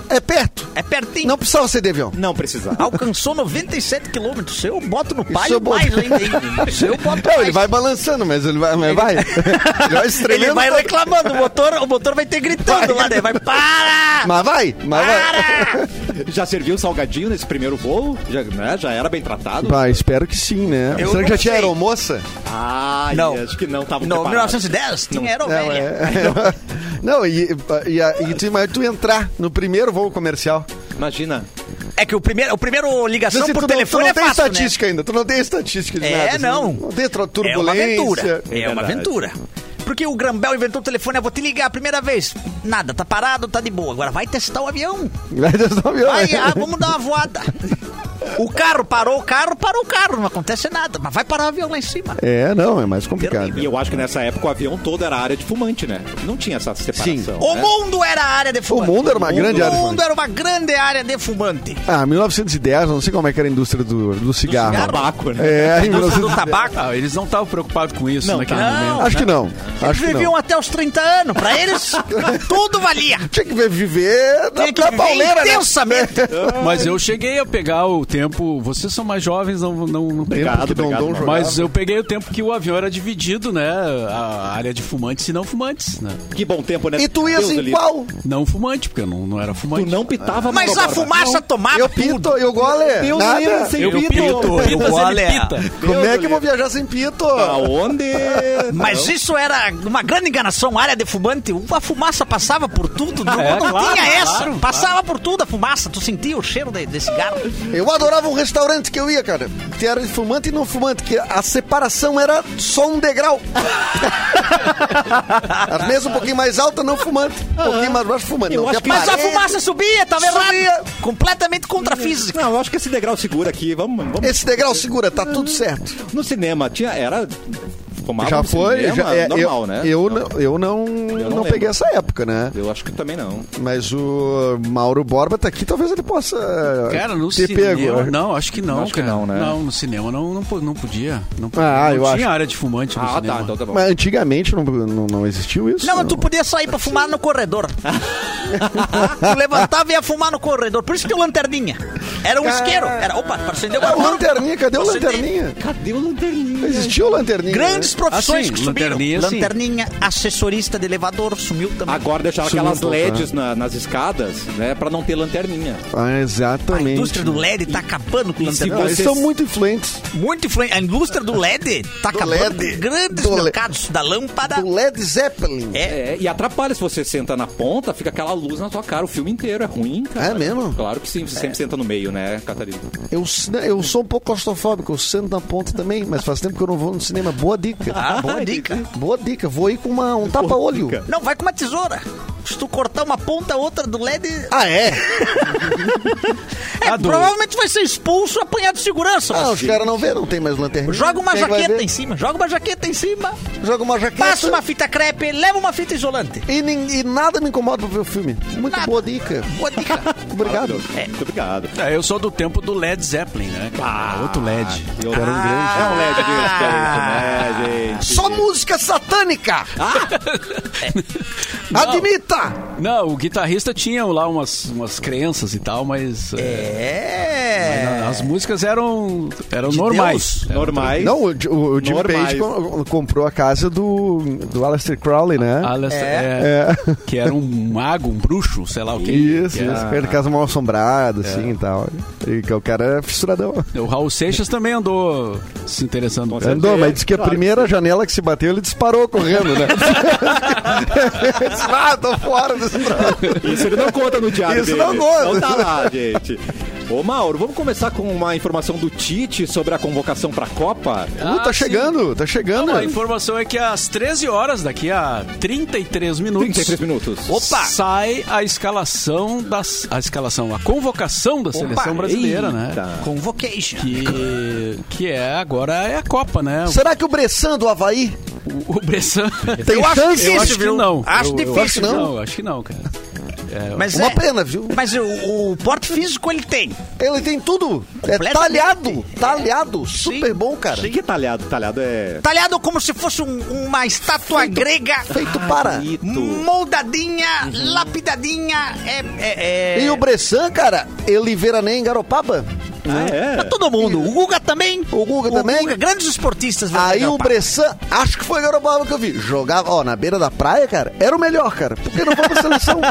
S4: É perto.
S3: É pertinho.
S4: Não precisava ser de avião.
S1: Não precisava.
S3: Alcançou 97 quilômetros. Se eu boto no
S4: eu
S3: palio,
S4: boto-
S3: mais ainda. hein? Se eu boto
S4: Não, ele
S3: mais.
S4: vai balançando, mas ele vai. Mas vai. ele vai estrelando.
S3: Ele vai reclamando, o motor, o motor vai ter gritando lá, né? Vai, para!
S4: Mas vai, mas vai.
S3: Para!
S1: Já serviu salgadinho nesse primeiro voo? Já, né? Já era bem tratado?
S4: Ah, espero que sim, né?
S3: Eu
S4: Será
S3: não
S4: que já tinha
S3: sei.
S4: aeromoça?
S1: Ah,
S3: Não.
S1: acho que não tava
S3: No
S1: preparado.
S3: 1910, tinha
S4: Não,
S3: aerovelha.
S4: é. Não, e, e, e, tu, mas tu entrar no primeiro voo comercial.
S1: Imagina.
S3: É que o primeiro, o primeiro ligação
S4: Assim, tu
S3: por
S4: não-
S3: telefone
S4: tu não
S3: é
S4: tem
S3: fácil,
S4: estatística ainda, tu não tem estatística de
S3: É,
S4: nada. assim,
S3: não.
S4: Não tem tro-
S3: né? É uma
S4: turbulência.
S3: aventura. É uma
S1: verdade.
S3: aventura. Porque o Grambel inventou o televone, eu vou te ligar a primeira vez. Nada, tá parado, tá de boa. Agora vai testar o avião.
S4: Vai descer o avião,
S3: Vai,
S4: né?
S3: ah, vamos dar uma voada. O carro parou o carro, parou o carro, não acontece nada. Mas vai parar o avião lá em cima.
S4: É, não, é mais complicado.
S1: E eu acho que nessa época o avião todo era área de fumante, né? Não tinha essa separação.
S4: Sim.
S3: O
S1: né?
S3: mundo era a área de
S4: O
S3: fumante.
S4: mundo era uma grande área.
S3: O
S4: de
S3: mundo
S4: fumante.
S3: era uma grande área de fumante.
S4: Ah, 1910, não sei como é que era a indústria do, do cigarro.
S3: cigarro?
S1: Tabaco, né?
S4: É, em
S3: Indústria do
S4: 1910.
S3: tabaco.
S2: Ah, eles não estavam preocupados com isso
S1: Não,
S2: naquele
S3: não. né?
S2: momento.
S4: Acho que não.
S3: Eles
S4: Acho que
S3: viviam
S4: não.
S3: até os 30 anos. Pra eles, tudo valia.
S4: Tinha que viver na,
S3: Tinha que
S4: na
S3: viver
S4: Tá pauleira, né?
S3: intensamente.
S2: Mas eu cheguei a pegar o tempo. Vocês são mais jovens, não. não, não
S1: Obrigado,
S4: que Dondon
S1: obrigado,
S4: jogava.
S2: mas eu peguei o tempo que o avião era dividido, né? A área de fumantes e não fumantes, né?
S3: É.
S1: Que bom tempo, né?
S4: E tu ia
S1: Deus do
S4: assim,
S1: livro.
S4: qual?
S2: Não fumante, porque eu não, não era
S1: Tu
S2: fumante.
S1: não pitava no
S3: Mas a
S1: Barba.
S3: fumaça tomava
S4: Eu
S3: tudo.
S4: pinto, eu gole.
S1: Deus
S4: nada.
S1: livre, sem
S2: Eu
S1: pito.
S2: pito, pita,
S3: Eu olha.
S2: ele pita.
S4: Como é que eu vou viajar sem pito?
S1: Aonde?
S3: Mas isso era uma grande enganação, área de fumante. A fumaça passava por tudo. Não,
S2: É,
S3: não
S2: claro,
S3: tinha essa.
S2: claro,
S3: passava por tudo a fumaça. Tu sentia o cheiro de, de cigarro.
S4: Eu adorava um restaurante que eu ia, cara. Que era de fumante e não fumante, que a separação era só um degrau. As mesas um pouquinho mais alta, não fumante. Um pouquinho mais baixo, fumante.
S1: Eu
S4: Não,
S1: acho
S4: tinha
S1: que-
S3: Mas a
S4: parede.
S3: fumaça subia, tava
S4: Subia.
S3: errado. Completamente contra a física.
S1: Não, eu acho que esse degrau segura aqui. Vamos, vamos.
S4: Esse degrau segura, tá tudo certo.
S1: No cinema, tinha, era. Fumava no cinema,
S4: é,
S1: normal,
S4: eu,
S1: né?
S4: Eu não, eu não, não,
S1: lembro.
S4: peguei essa época, né?
S1: Eu acho que também não.
S4: Mas o Mauro Borba tá aqui, talvez ele possa
S2: Cara, no
S4: ter
S2: cinema.
S4: pego.
S2: Não, acho que não,
S1: Acho que
S2: cara.
S1: não, né?
S2: Não, no cinema não, não, po- não podia. Não,
S4: Ah,
S2: não
S4: eu
S2: tinha
S4: acho.
S2: área de fumante no
S1: Ah,
S2: cinema.
S1: tá, então tá bom.
S4: Mas antigamente não, não, não existiu isso.
S3: Não, mas tu podia sair pra fumar no corredor. tu levantava e ia fumar no corredor. Por isso que o lanterninha. Era um isqueiro. Era, opa, acendeu
S4: Ah, o
S3: uma
S4: lanterninha, cadê o
S3: Você tem-
S4: lanterninha?
S1: Cadê o lanterninha?
S4: Existiu o lanterninha.
S3: Grandes profissões
S2: Ah, sim,
S3: que subiram.
S2: lanterninha, sim.
S3: Lanterninha, assessorista de elevador, sumiu também.
S1: Agora deixaram
S4: Sumiu
S1: aquelas
S4: um
S2: tá.
S4: pouco,
S1: LEDs na- nas escadas, né? Pra não ter lanterninha.
S4: Né? Ah,
S3: a
S4: exatamente.
S3: indústria do LED tá acabando com
S1: E se
S4: Não,
S3: lanterninha.
S4: eles
S1: vocês-
S4: são muito influentes.
S3: Muito influente. A indústria do LED tá acabando
S4: LED.
S3: com grandes
S4: Do le-
S3: mercados da lâmpada.
S4: Do Led Zeppelin.
S3: É.
S1: É, e atrapalha se você senta na ponta, fica aquela luz na tua cara o filme inteiro. É ruim, cara.
S4: É mesmo? É.
S1: Claro que sim, você sempre senta no meio, né, Catarina?
S4: Eu, s- eu sou um pouco claustrofóbico, eu sento na ponta também, mas faz tempo que eu não vou no cinema. Boa dica.
S3: Ah, boa dica.
S4: Boa dica. Vou ir com uma, um tapa-olho.
S1: dica.
S3: Não, vai com uma tesoura. Se tu cortar uma ponta, outra do LED,
S4: Ah, é?
S3: É,
S2: Ah, do-
S3: provavelmente vai ser expulso apanhado de segurança.
S4: Ah,
S3: mas-
S4: os caras não vê, não tem mais lanterninha.
S3: Joga uma
S4: Quem é que vai
S3: jaqueta
S4: ver? é
S3: em cima, joga uma jaqueta em cima,
S4: Joga uma jaqueta.
S3: passa uma fita crepe, leva uma fita isolante.
S4: E, nin- e nada me incomoda pra ver o filme. Muito
S3: Nada.
S4: boa dica.
S3: Boa dica.
S4: Obrigado.
S3: É.
S1: Muito obrigado.
S2: É, eu sou do tempo do Led Zeppelin, né? cara?
S1: Ah.
S2: Outro LED.
S1: Eu era um grande. É um LED de
S4: Ah.
S1: É respeito, né, gente?
S4: Só música satânica! Admita!
S2: Não, o guitarrista tinha lá umas, umas crenças e tal, mas. eh,
S3: É.
S2: na- Né? As músicas eram, eram
S3: De
S2: normais.
S1: né? É
S2: Eram
S1: Normais.
S4: Não, o, o, o Jim
S1: Normais.
S4: Page com- comprou a casa do, do Aleister Crowley, né?
S3: Ah.
S2: Alistair,
S4: É.
S2: é, Que era um mago, um bruxo, sei lá o que.
S4: Isso, ah,
S2: que
S4: isso.
S2: era.
S4: Era casa mal assombrada, assim e tal. E que o cara é fissuradão.
S2: O Raul Seixas também andou se interessando.
S1: certeza.
S4: Andou, mas disse que a
S1: Claro que
S4: primeira janela que se bateu, ele disparou correndo, né? Disse, ah, tô fora desse troço.
S1: Isso ele não conta no diário
S4: Isso
S1: dele.
S4: não conta.
S1: Então tá lá, gente. Ô, Mauro, vamos começar com uma informação do Tite sobre a convocação pra Copa?
S4: Uh, tá
S2: Ah, sim.
S4: chegando, tá chegando.
S2: A informação é que às 13 horas, daqui a 33 minutos.
S1: 33 minutos.
S3: Opa!
S2: Sai a escalação das. A escalação, a convocação da seleção brasileira, né?
S1: Eita.
S3: Convocation.
S2: Que, que é agora é a Copa, né?
S4: Será que o Bressan do Havaí
S2: O, o Bressan.
S4: tem
S3: Eu acho
S4: chance?
S3: que
S2: Eu acho
S3: Isso,
S2: que
S3: viu?
S2: não.
S3: Acho
S2: Eu- eu
S3: difícil,
S2: acho que
S4: não.
S2: não, acho que não, cara. É,
S3: Mas
S4: Uma
S3: é-
S4: pena, viu?
S3: Mas o, o porte físico ele tem.
S4: Ele tem tudo. É
S3: Completamente. É,
S4: talhado, talhado. Super bom, cara.
S1: O que é talhado? Talhado é.
S3: Talhado como se fosse um- uma estátua grega.
S4: Feito
S2: Ah,
S4: para.
S1: Bonito.
S3: Moldadinha, lapidadinha. É, é- é-
S4: E o Bressan, cara, ele veraneia em Garopaba.
S1: Ah,
S3: Pra todo mundo. O Guga também.
S4: O Guga também.
S3: grandes esportistas.
S4: Aí
S3: velho,
S4: o
S3: rapaz.
S4: Bressan, acho que foi Garopaba que eu vi. Jogava, ó, na beira da praia, cara. Era o melhor, cara. Porque não foi pra seleção.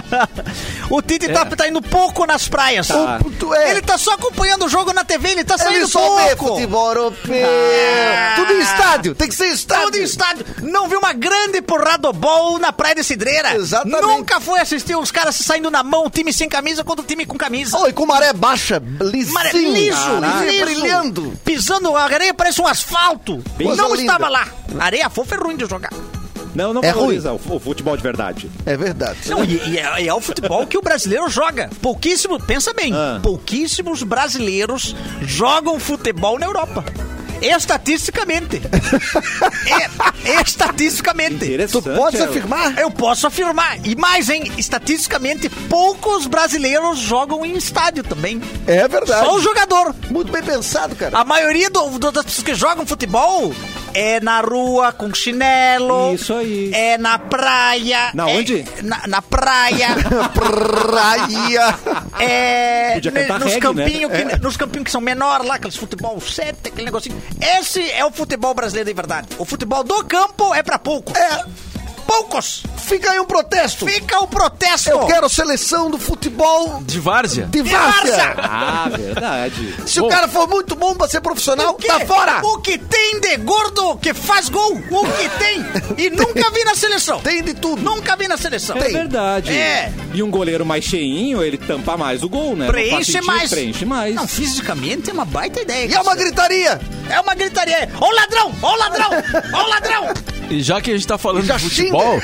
S3: O Tite tá, tá indo pouco nas praias.
S4: Tá. É. O puto é.
S3: Ele tá só acompanhando o jogo na TV, ele tá saindo
S4: Ele só vê
S3: pouco.
S4: futebol europeu.
S3: Ah.
S4: Tudo em estádio. Tem que ser estádio.
S3: Todo Tá estádio. Não viu uma grande porrada bol na Praia de Cidreira?
S4: Exatamente.
S3: Nunca foi assistir os caras se saindo na mão, o time sem camisa contra o time com camisa.
S4: Oh, e com maré baixa, lisinho.
S3: Mare- liso, liso.
S4: brilhando.
S3: Pisando a areia parece um asfalto.
S4: Coisa
S3: não
S4: linda.
S3: estava lá. Areia fofa é ruim de jogar.
S1: Não, não
S4: É
S1: valoriza o o futebol de verdade.
S4: É verdade.
S3: Não, e, e é, e é o futebol que o brasileiro joga. Pouquíssimo, pensa bem,
S1: Ah.
S3: pouquíssimos brasileiros jogam futebol na Europa. Estatisticamente. É, estatisticamente.
S4: Tu
S1: Interessante.
S4: pode
S1: é.
S4: afirmar?
S3: Eu posso afirmar. E mais, hein? Estatisticamente, poucos brasileiros jogam em estádio também.
S4: É verdade.
S3: Só o jogador.
S4: Muito bem pensado, cara.
S3: A maioria do- do- das pessoas que jogam futebol é na rua com chinelo.
S1: Isso aí.
S3: É na praia.
S1: Na
S3: é-
S1: onde?
S3: Na, na praia.
S4: Praia.
S3: é,
S1: Podia
S3: ne-
S1: cantar
S3: nos
S1: reggae,
S3: campinhos que, nos campinhos que são menor lá, aqueles futebol 7, aquele negocinho. Esse é o futebol brasileiro de verdade. O futebol do campo é pra pouco.
S4: É.
S3: Poucos.
S4: Fica aí um protesto.
S3: Fica o protesto.
S4: Eu quero seleção do futebol
S2: de várzea.
S4: de
S3: De
S4: Várzea.
S3: Várzea.
S1: Ah, verdade.
S4: Se o
S2: Bom.
S4: cara for muito bom pra ser profissional,
S3: O que-
S4: tá fora.
S3: O que tem de gordo que faz gol? O que tem? E nunca vi na seleção.
S4: Tem de tudo.
S3: Nunca vi na seleção.
S1: É
S4: Tem.
S1: verdade.
S3: É.
S1: E um goleiro mais cheinho, ele tampa mais o gol, né? Não faz
S3: Preenche
S1: sentido,
S3: mais.
S1: Preenche mais.
S3: Não, fisicamente é uma baita ideia.
S4: E é uma
S3: cara.
S4: gritaria.
S3: É uma gritaria. Ó o ladrão! Ó o ladrão! Ó o ladrão!
S2: E já que a gente tá falando
S4: Já né?
S2: de futebol,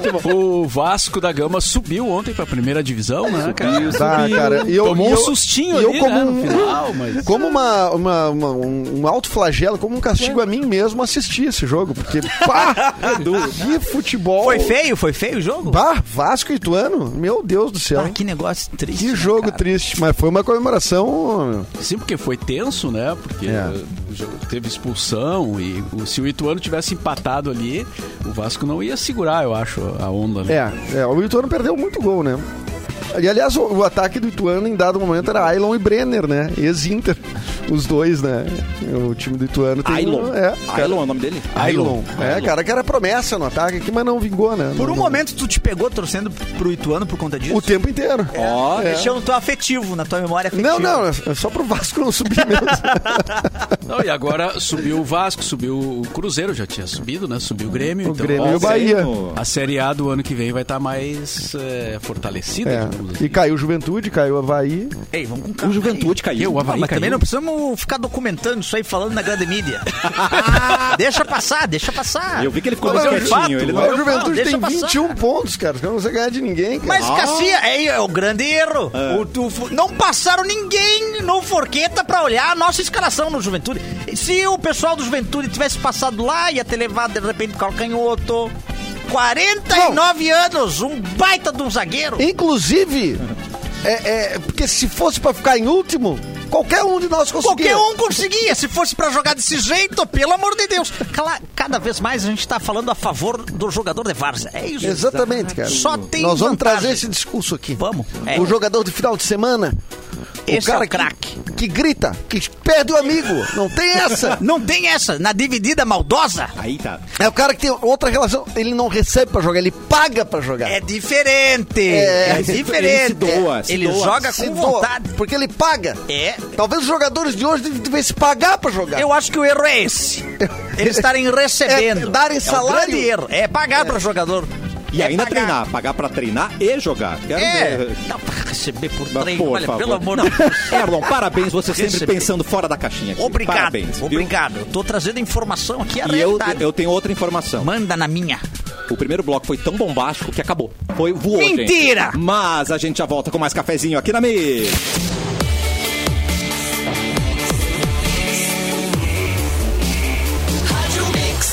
S4: xinga.
S2: o Vasco da Gama subiu ontem pra primeira divisão, né, cara?
S4: Tá, cara. E eu,
S2: Tomou
S4: e
S2: um
S4: eu-
S2: sustinho
S4: e eu
S2: ali,
S4: como
S2: né,
S4: um-
S2: no final, mas...
S4: Como uma, uma, uma- um, um alto flagelo, como um castigo a mim mesmo assistir esse jogo, porque pá, que futebol.
S3: feio? Foi feio o jogo?
S4: Bah, Vasco e Ituano, meu Deus do céu.
S3: Ah, que negócio triste.
S4: Que
S3: né,
S4: jogo
S3: cara?
S4: triste, mas foi uma comemoração.
S2: Sim, porque foi tenso, né? Porque
S4: É.
S2: eh, o jogo teve expulsão e o- se o Ituano tivesse empatado ali, o Vasco não ia segurar, eu acho, a onda. né?
S4: É, é, o Ituano perdeu muito gol, né? E aliás, o, o ataque do Ituano em dado momento era Ailon e Brenner, né? Ex-Inter, os dois, né? O time do Ituano tem.
S1: Ailon.
S4: É,
S1: Ailon é o nome dele?
S4: Ailon. É,
S2: Ailon.
S4: cara, que era promessa no ataque aqui, mas não vingou, né?
S6: Por
S4: Não-
S6: um momento tu te pegou torcendo pro Ituano por conta disso?
S4: O tempo inteiro.
S1: Ó,
S4: É.
S6: Deixando tu afetivo na tua memória afetiva.
S4: Não,
S3: um-
S4: não, é só pro Vasco não subir mesmo.
S2: Não, e agora subiu o Vasco, subiu o Cruzeiro, já tinha subido, né? Subiu o Grêmio.
S4: O
S2: então,
S4: Grêmio e o
S2: ó,
S4: Bahia.
S2: A Série A do ano que vem vai estar mais eh, fortalecida,
S4: É.
S2: digamos assim.
S4: E caiu Juventude, caiu Havaí.
S6: Ei, vamos com calma.
S1: o Juventude
S2: E
S1: caiu.
S2: o Havaí
S6: Mas também
S2: caiu.
S6: não precisamos ficar documentando isso aí falando na grande mídia.
S3: Deixa passar, deixa passar.
S1: Eu vi que ele ficou
S4: Mas
S1: mais
S4: é um
S1: quietinho. Ele
S4: Mas
S1: não...
S4: o Juventude
S3: deixa
S4: tem
S3: passar.
S4: 21 pontos, cara. Os caras não conseguem ganhar de ninguém, cara.
S3: Mas, Cacia, é, é o grande erro.
S4: É.
S3: O- tu- fu- não passaram ninguém no Forqueta pra olhar a nossa escalação no Juventude. Se o pessoal do Juventude tivesse passado lá, ia ter levado de repente o calcanhoto. 49 anos, um baita de um zagueiro.
S4: Inclusive, é, é, porque se fosse pra ficar em último, Qualquer um de nós conseguia.
S3: Qualquer um conseguia, se fosse pra jogar desse jeito, pelo amor de Deus. Cala- cada vez mais a gente tá falando a favor do jogador de Varsa. É isso.
S4: Exatamente, cara.
S3: Só tem
S4: Nós vamos
S3: vantagem.
S4: trazer esse discurso aqui.
S3: Vamos. É.
S4: O jogador de final de semana.
S3: Esse
S4: o cara
S3: é o craque.
S4: Que, que grita, que perde o amigo. Não tem essa.
S3: Não tem essa. Na dividida maldosa
S1: Aí tá.
S4: É o cara que tem outra relação. Ele não recebe pra jogar, ele paga pra jogar.
S3: é diferente.
S4: É,
S3: É,
S1: ele se-
S3: diferente.
S1: ele se doa, se
S3: Ele
S1: doa,
S3: joga
S4: Se
S3: com
S4: doa,
S3: vontade.
S4: Porque ele paga.
S3: É.
S4: Talvez os jogadores de hoje dev- devessem pagar pra
S1: Tá.
S4: jogar.
S3: Eu acho que o erro é esse. Eles estarem recebendo.
S4: É, darem
S3: o
S4: salário.
S3: grande erro. É pagar para jogador.
S1: E
S3: É
S1: ainda
S3: pagar.
S1: treinar, pagar pra treinar e jogar. Quero
S3: É.
S1: ver.
S3: Não, receber por
S1: Mas,
S3: treino.
S1: por
S3: Olha,
S1: favor.
S3: pelo amor
S1: Não,
S3: de Deus.
S1: Erlon, parabéns, você sempre
S3: Recebi.
S1: pensando fora da caixinha. aqui.
S3: Obrigado.
S1: Parabéns, viu?
S3: obrigado. Eu tô trazendo informação aqui. A
S1: E eu,
S3: realidade.
S1: eu tenho outra informação.
S3: Manda na minha.
S1: O primeiro bloco foi tão bombástico que acabou. Foi voou, gente.
S3: Mentira!
S1: Mas a gente já volta com mais cafezinho aqui na mesa.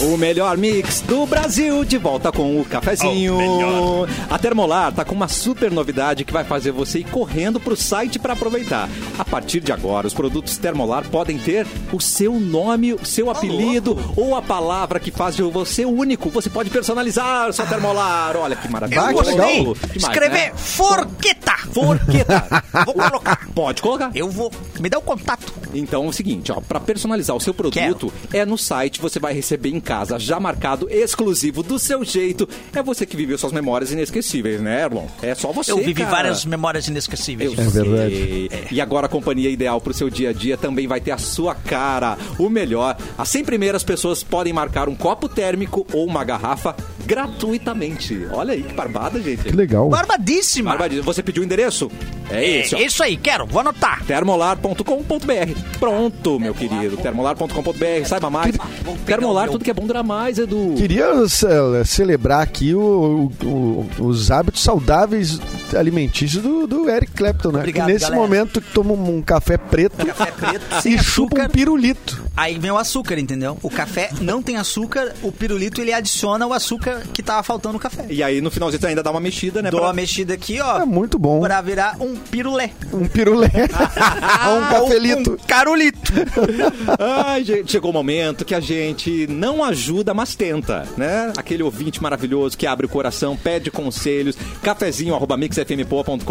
S1: O melhor mix do Brasil, de volta com o cafezinho. a Termolar tá com uma super novidade que vai fazer você ir correndo pro site para aproveitar. A partir de agora, os produtos Termolar podem ter o seu nome, o
S3: Tá
S1: seu apelido ou a palavra que faz de você único. Você pode personalizar sua Termolar. Olha que maravilha.
S4: Ah, que
S3: Ah. Gostei.
S4: legal.
S3: Escrever
S1: né?
S3: forqueta.
S1: Forqueta.
S3: Vou colocar.
S1: Pode colocar.
S3: Eu vou. Me dá o contato.
S1: Então é o seguinte, ó, para personalizar o seu produto, é no site, você vai receber em casa, já marcado, exclusivo, do seu jeito. É você que viveu suas memórias inesquecíveis, né, Erlon? É só você.
S3: Eu vivi
S1: cara.
S3: várias memórias inesquecíveis.
S1: Eu
S4: É
S1: sei.
S4: verdade.
S1: E agora a companhia ideal para o seu dia a dia também vai ter a sua cara. O melhor, as 100 primeiras pessoas podem marcar um copo térmico ou uma garrafa gratuitamente. Olha aí que barbada, gente. Que
S4: Legal.
S3: Barbadíssima.
S6: Ah,
S1: Barbadinha. Você pediu o endereço? É
S3: É,
S1: esse, ó.
S3: isso aí, quero, vou anotar.
S1: Termolar.com.br. Pronto, meu querido. Termolar.com.br, saiba mais.
S6: Ah,
S1: Termolar, tudo que é bom dura mais, Edu.
S4: Queria ce- celebrar aqui o- o- o- os hábitos saudáveis alimentícios do, do Eric Clapton, né?
S3: Obrigado,
S4: Nesse
S3: galera.
S4: momento que toma um café preto
S3: Café preto,
S4: e
S3: sem
S4: chupa um
S3: açúcar.
S4: pirulito.
S6: Aí vem o açúcar, entendeu? O café não tem açúcar, o pirulito ele adiciona o açúcar que tava faltando no café.
S1: E aí, no finalzinho, tu ainda dá uma mexida, né?
S6: Dou
S1: pra-
S6: uma mexida aqui, ó,
S4: É muito bom.
S6: pra virar um pirulé.
S4: Um pirulé. um cafelito.
S6: Um carolito.
S1: Ai, gente, chegou o momento que a gente não ajuda, mas tenta, né? Aquele ouvinte maravilhoso que abre o coração, pede conselhos. Cafezinho, arroba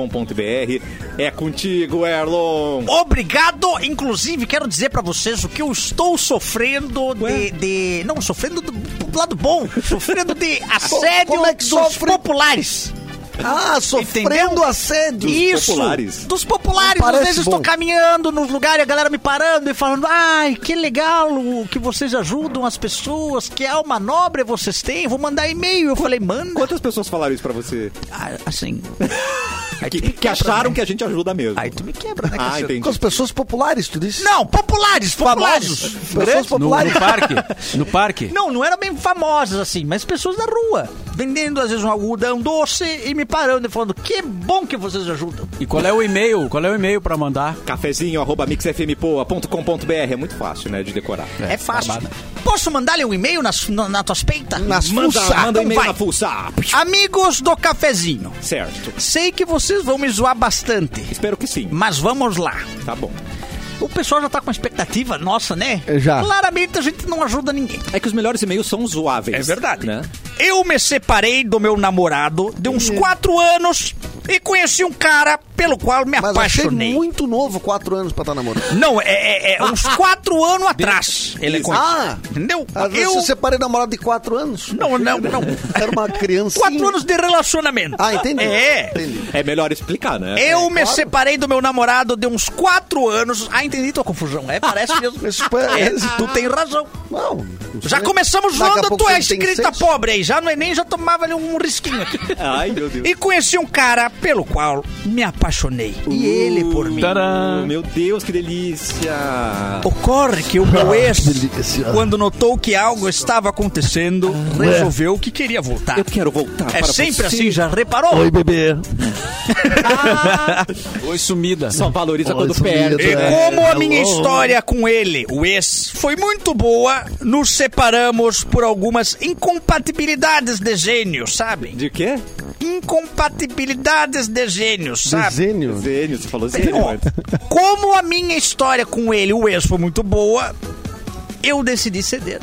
S1: mixfmpoa.com.br. É contigo, Erlon.
S3: Obrigado, inclusive quero dizer pra vocês o que eu estou sofrendo de,
S1: Ué?
S3: de- não sofrendo do, do lado bom, sofrendo de assédio
S4: Como é que
S3: dos
S4: sofre?
S3: populares.
S4: Ah, sofrendo
S3: Entendeu?
S4: assédio.
S3: Isso,
S1: populares.
S3: dos populares. Às
S4: Parece
S3: vezes
S4: bom.
S3: estou caminhando nos lugares, a galera me parando e falando, ai, que legal o que vocês ajudam as pessoas, que alma nobre vocês têm, vou mandar e-mail. Eu falei, manda.
S1: Quantas pessoas falaram isso pra você?
S3: Ah, assim,
S1: Que, que
S6: né?
S1: acharam que a gente ajuda mesmo.
S3: aí tu me quebra, né,
S1: Ah,
S3: Cassiano?
S1: entendi.
S4: Com as pessoas populares, tu disse?
S3: Não, populares, populares.
S4: Famosos.
S3: Grandes
S4: Pessoas
S2: No,
S4: populares.
S2: no parque? No parque?
S3: Não, não eram bem famosas assim, mas pessoas da rua. Vendendo, às vezes, um algodão doce e me parando e falando: que bom que vocês ajudam.
S2: E qual é o e-mail? Qual é o e-mail pra mandar?
S1: Cafezinho, arroba mixfmpoa.com.br. É muito fácil, né, de decorar.
S3: É, fácil. Posso mandar-lhe um e-mail nas, na, na tuas peitas?
S4: Nas
S1: Manda,
S4: fuça.
S1: manda um e-mail
S3: vai.
S1: na Pulsar.
S3: Amigos do cafezinho,
S1: Certo.
S3: sei que vocês vão me zoar bastante,
S1: Espero que sim.
S3: mas vamos lá.
S1: Tá bom.
S3: O pessoal já tá com uma expectativa nossa, né?
S4: É, já.
S3: Claramente a gente não ajuda ninguém.
S1: É que os melhores e-mails são zoáveis.
S3: É verdade.
S1: Né?
S3: Eu me separei do meu namorado de uns quatro anos e conheci um cara pelo qual me
S4: Mas achei
S3: apaixonei.
S4: muito novo, quatro anos pra estar namorando.
S3: Não, é, é- é uns quatro anos atrás. Ele conheceu.
S4: Ah!
S3: Entendeu?
S4: Às vezes eu
S3: Eu.
S4: separei namorado de quatro anos.
S3: Não, não, não.
S4: Era uma criança.
S3: Quatro anos de relacionamento.
S4: Ah, entendi.
S3: É.
S4: Entendi. É,
S1: É melhor explicar, né?
S3: Eu me separei do meu namorado de uns quatro anos. Ah, entendi tua confusão. É, parece mesmo.
S4: Isso parece.
S3: tu tem razão.
S4: Não. não
S3: É. Já
S4: sei.
S3: começamos
S4: Daqui a
S3: zoando a
S4: pouco
S3: tua
S4: ele tem
S3: escrita
S4: seis.
S3: pobre aí. Já no Enem já tomava ali um risquinho aqui.
S1: Ai, meu Deus.
S3: E conheci um cara pelo qual me apaixonei. E ele por mim.
S2: Tcharam!
S1: Meu Deus, que delícia.
S3: Ocorre que o
S1: Ah,
S3: meu ex,
S4: que delícia.
S3: quando notou que algo estava acontecendo, resolveu que queria voltar.
S1: Ah. Eu quero voltar
S3: É
S1: para
S3: sempre
S1: você.
S3: assim, já reparou?
S4: bebê.
S2: Oi, sumida.
S1: Só valoriza quando
S4: Olha,
S1: perde.
S4: sumida.
S1: né?
S3: Como a
S4: Hello.
S3: minha história com ele, o ex, foi muito boa, nos separamos por algumas incompatibilidades de gênio, sabem?
S1: De quê?
S3: incompatibilidades de gênios, sabe?
S4: Desenho.
S1: Zênio, você falou
S3: Bem,
S1: Zênio
S3: ó,
S1: antes.
S3: como a minha história com ele, o ex, foi muito boa, eu decidi ceder.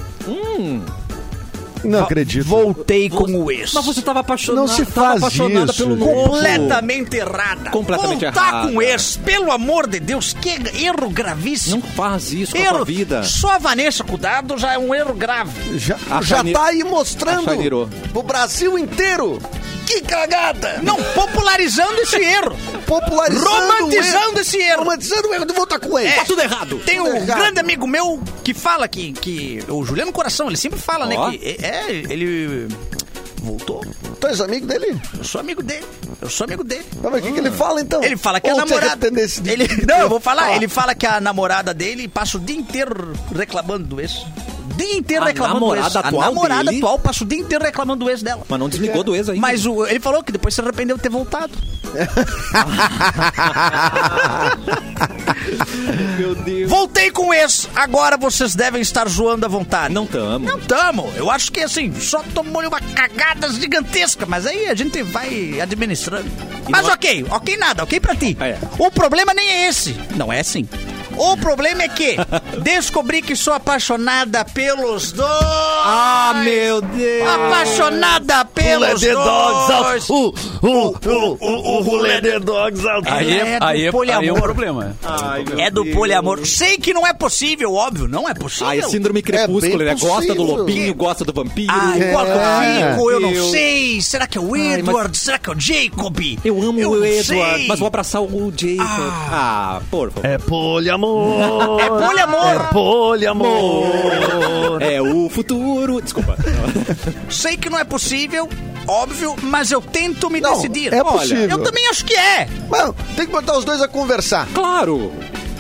S4: Não acredito.
S3: Voltei com o ex.
S6: Mas você tava apaixonada,
S4: Não se
S6: tava
S4: faz
S6: apaixonada
S4: isso,
S6: pelo
S4: gente.
S6: novo.
S3: Completamente errada.
S1: Completamente
S3: Voltar
S1: errada.
S3: com ex, pelo amor de Deus, que erro gravíssimo.
S1: Não faz isso com a
S3: erro.
S1: sua vida.
S3: Só a Vanessa Cuidado já é um erro grave.
S4: Já,
S1: A
S4: já
S1: Shani-
S4: tá aí
S1: a Shani
S4: mostrando
S1: Ro.
S4: pro Brasil inteiro,
S3: Que cagada! Não, popularizando esse erro.
S4: popularizando
S3: Romantizando
S4: o erro.
S3: esse erro.
S4: Romantizando o erro de voltar com ele.
S3: É.
S4: Tá tudo
S1: errado.
S3: Tem um
S4: Tudo errado.
S3: grande amigo meu que fala que, que o Juliano Coração, ele sempre fala,
S1: Ó.
S3: né? Que é, ele voltou.
S4: Tu és amigo dele?
S3: Eu sou amigo dele. Eu sou amigo dele.
S4: Tá, mas o que, que ele fala então?
S3: Ele fala que
S4: Ou
S3: a
S4: tu é
S3: namorada.
S4: desse-
S3: Ele, não, eu vou falar.
S4: Ah.
S3: Ele fala que a namorada dele passa o dia inteiro reclamando do ex. O dia inteiro
S1: A
S3: reclamando
S1: namorada
S3: do ex.
S1: atual
S3: a namorada
S1: dele?
S3: atual passa o dia inteiro reclamando do ex dela.
S1: Mas não desligou do ex ainda.
S3: Mas o- ele falou que depois se arrependeu de ter voltado.
S1: Meu Deus.
S3: Voltei com o ex, agora vocês devem estar zoando à vontade.
S1: Não tamo.
S3: Não tamo. Eu acho que assim, só tomou uma cagada gigantesca, mas aí a gente vai administrando. mas
S1: não-
S3: ok, ok nada, ok pra ti.
S1: É.
S3: O problema nem é esse. Não é assim. O problema é que descobri que sou apaixonada pelos dois.
S1: Ah, meu Deus.
S3: Apaixonada pelos
S4: The Dogs
S3: dois.
S4: out. O, o, o, o, o Rolê The Dogs out.
S2: Aí é,
S3: É do
S2: aí é, aí é um
S3: poliamor.
S2: problema.
S1: Ai, meu
S3: É do
S1: Deus.
S3: poliamor. Sei que não é possível, óbvio, não é possível.
S1: Ah, é síndrome crepúsculo,
S4: bem
S1: né? Gosta do
S4: possível.
S1: lobinho, gosta do vampiro.
S3: Ah,
S4: É.
S3: igual do Rico, eu não
S1: Eu-
S3: sei. Será que é o
S1: Ai, mas-
S3: Edward? Será que é o Jacob?
S1: Eu amo
S3: Eu
S1: o
S3: não
S1: Edward,
S3: sei.
S1: mas vou abraçar o Jacob. Ah, por favor.
S4: É poliamor.
S3: É poliamor.
S4: É poliamor.
S1: É o futuro. Desculpa.
S3: Sei que não é possível, óbvio, mas eu tento me
S4: Não,
S3: decidir.
S4: é
S3: Olha,
S4: possível.
S3: eu também acho que é.
S4: Mano, tem que botar os dois a conversar.
S1: Claro.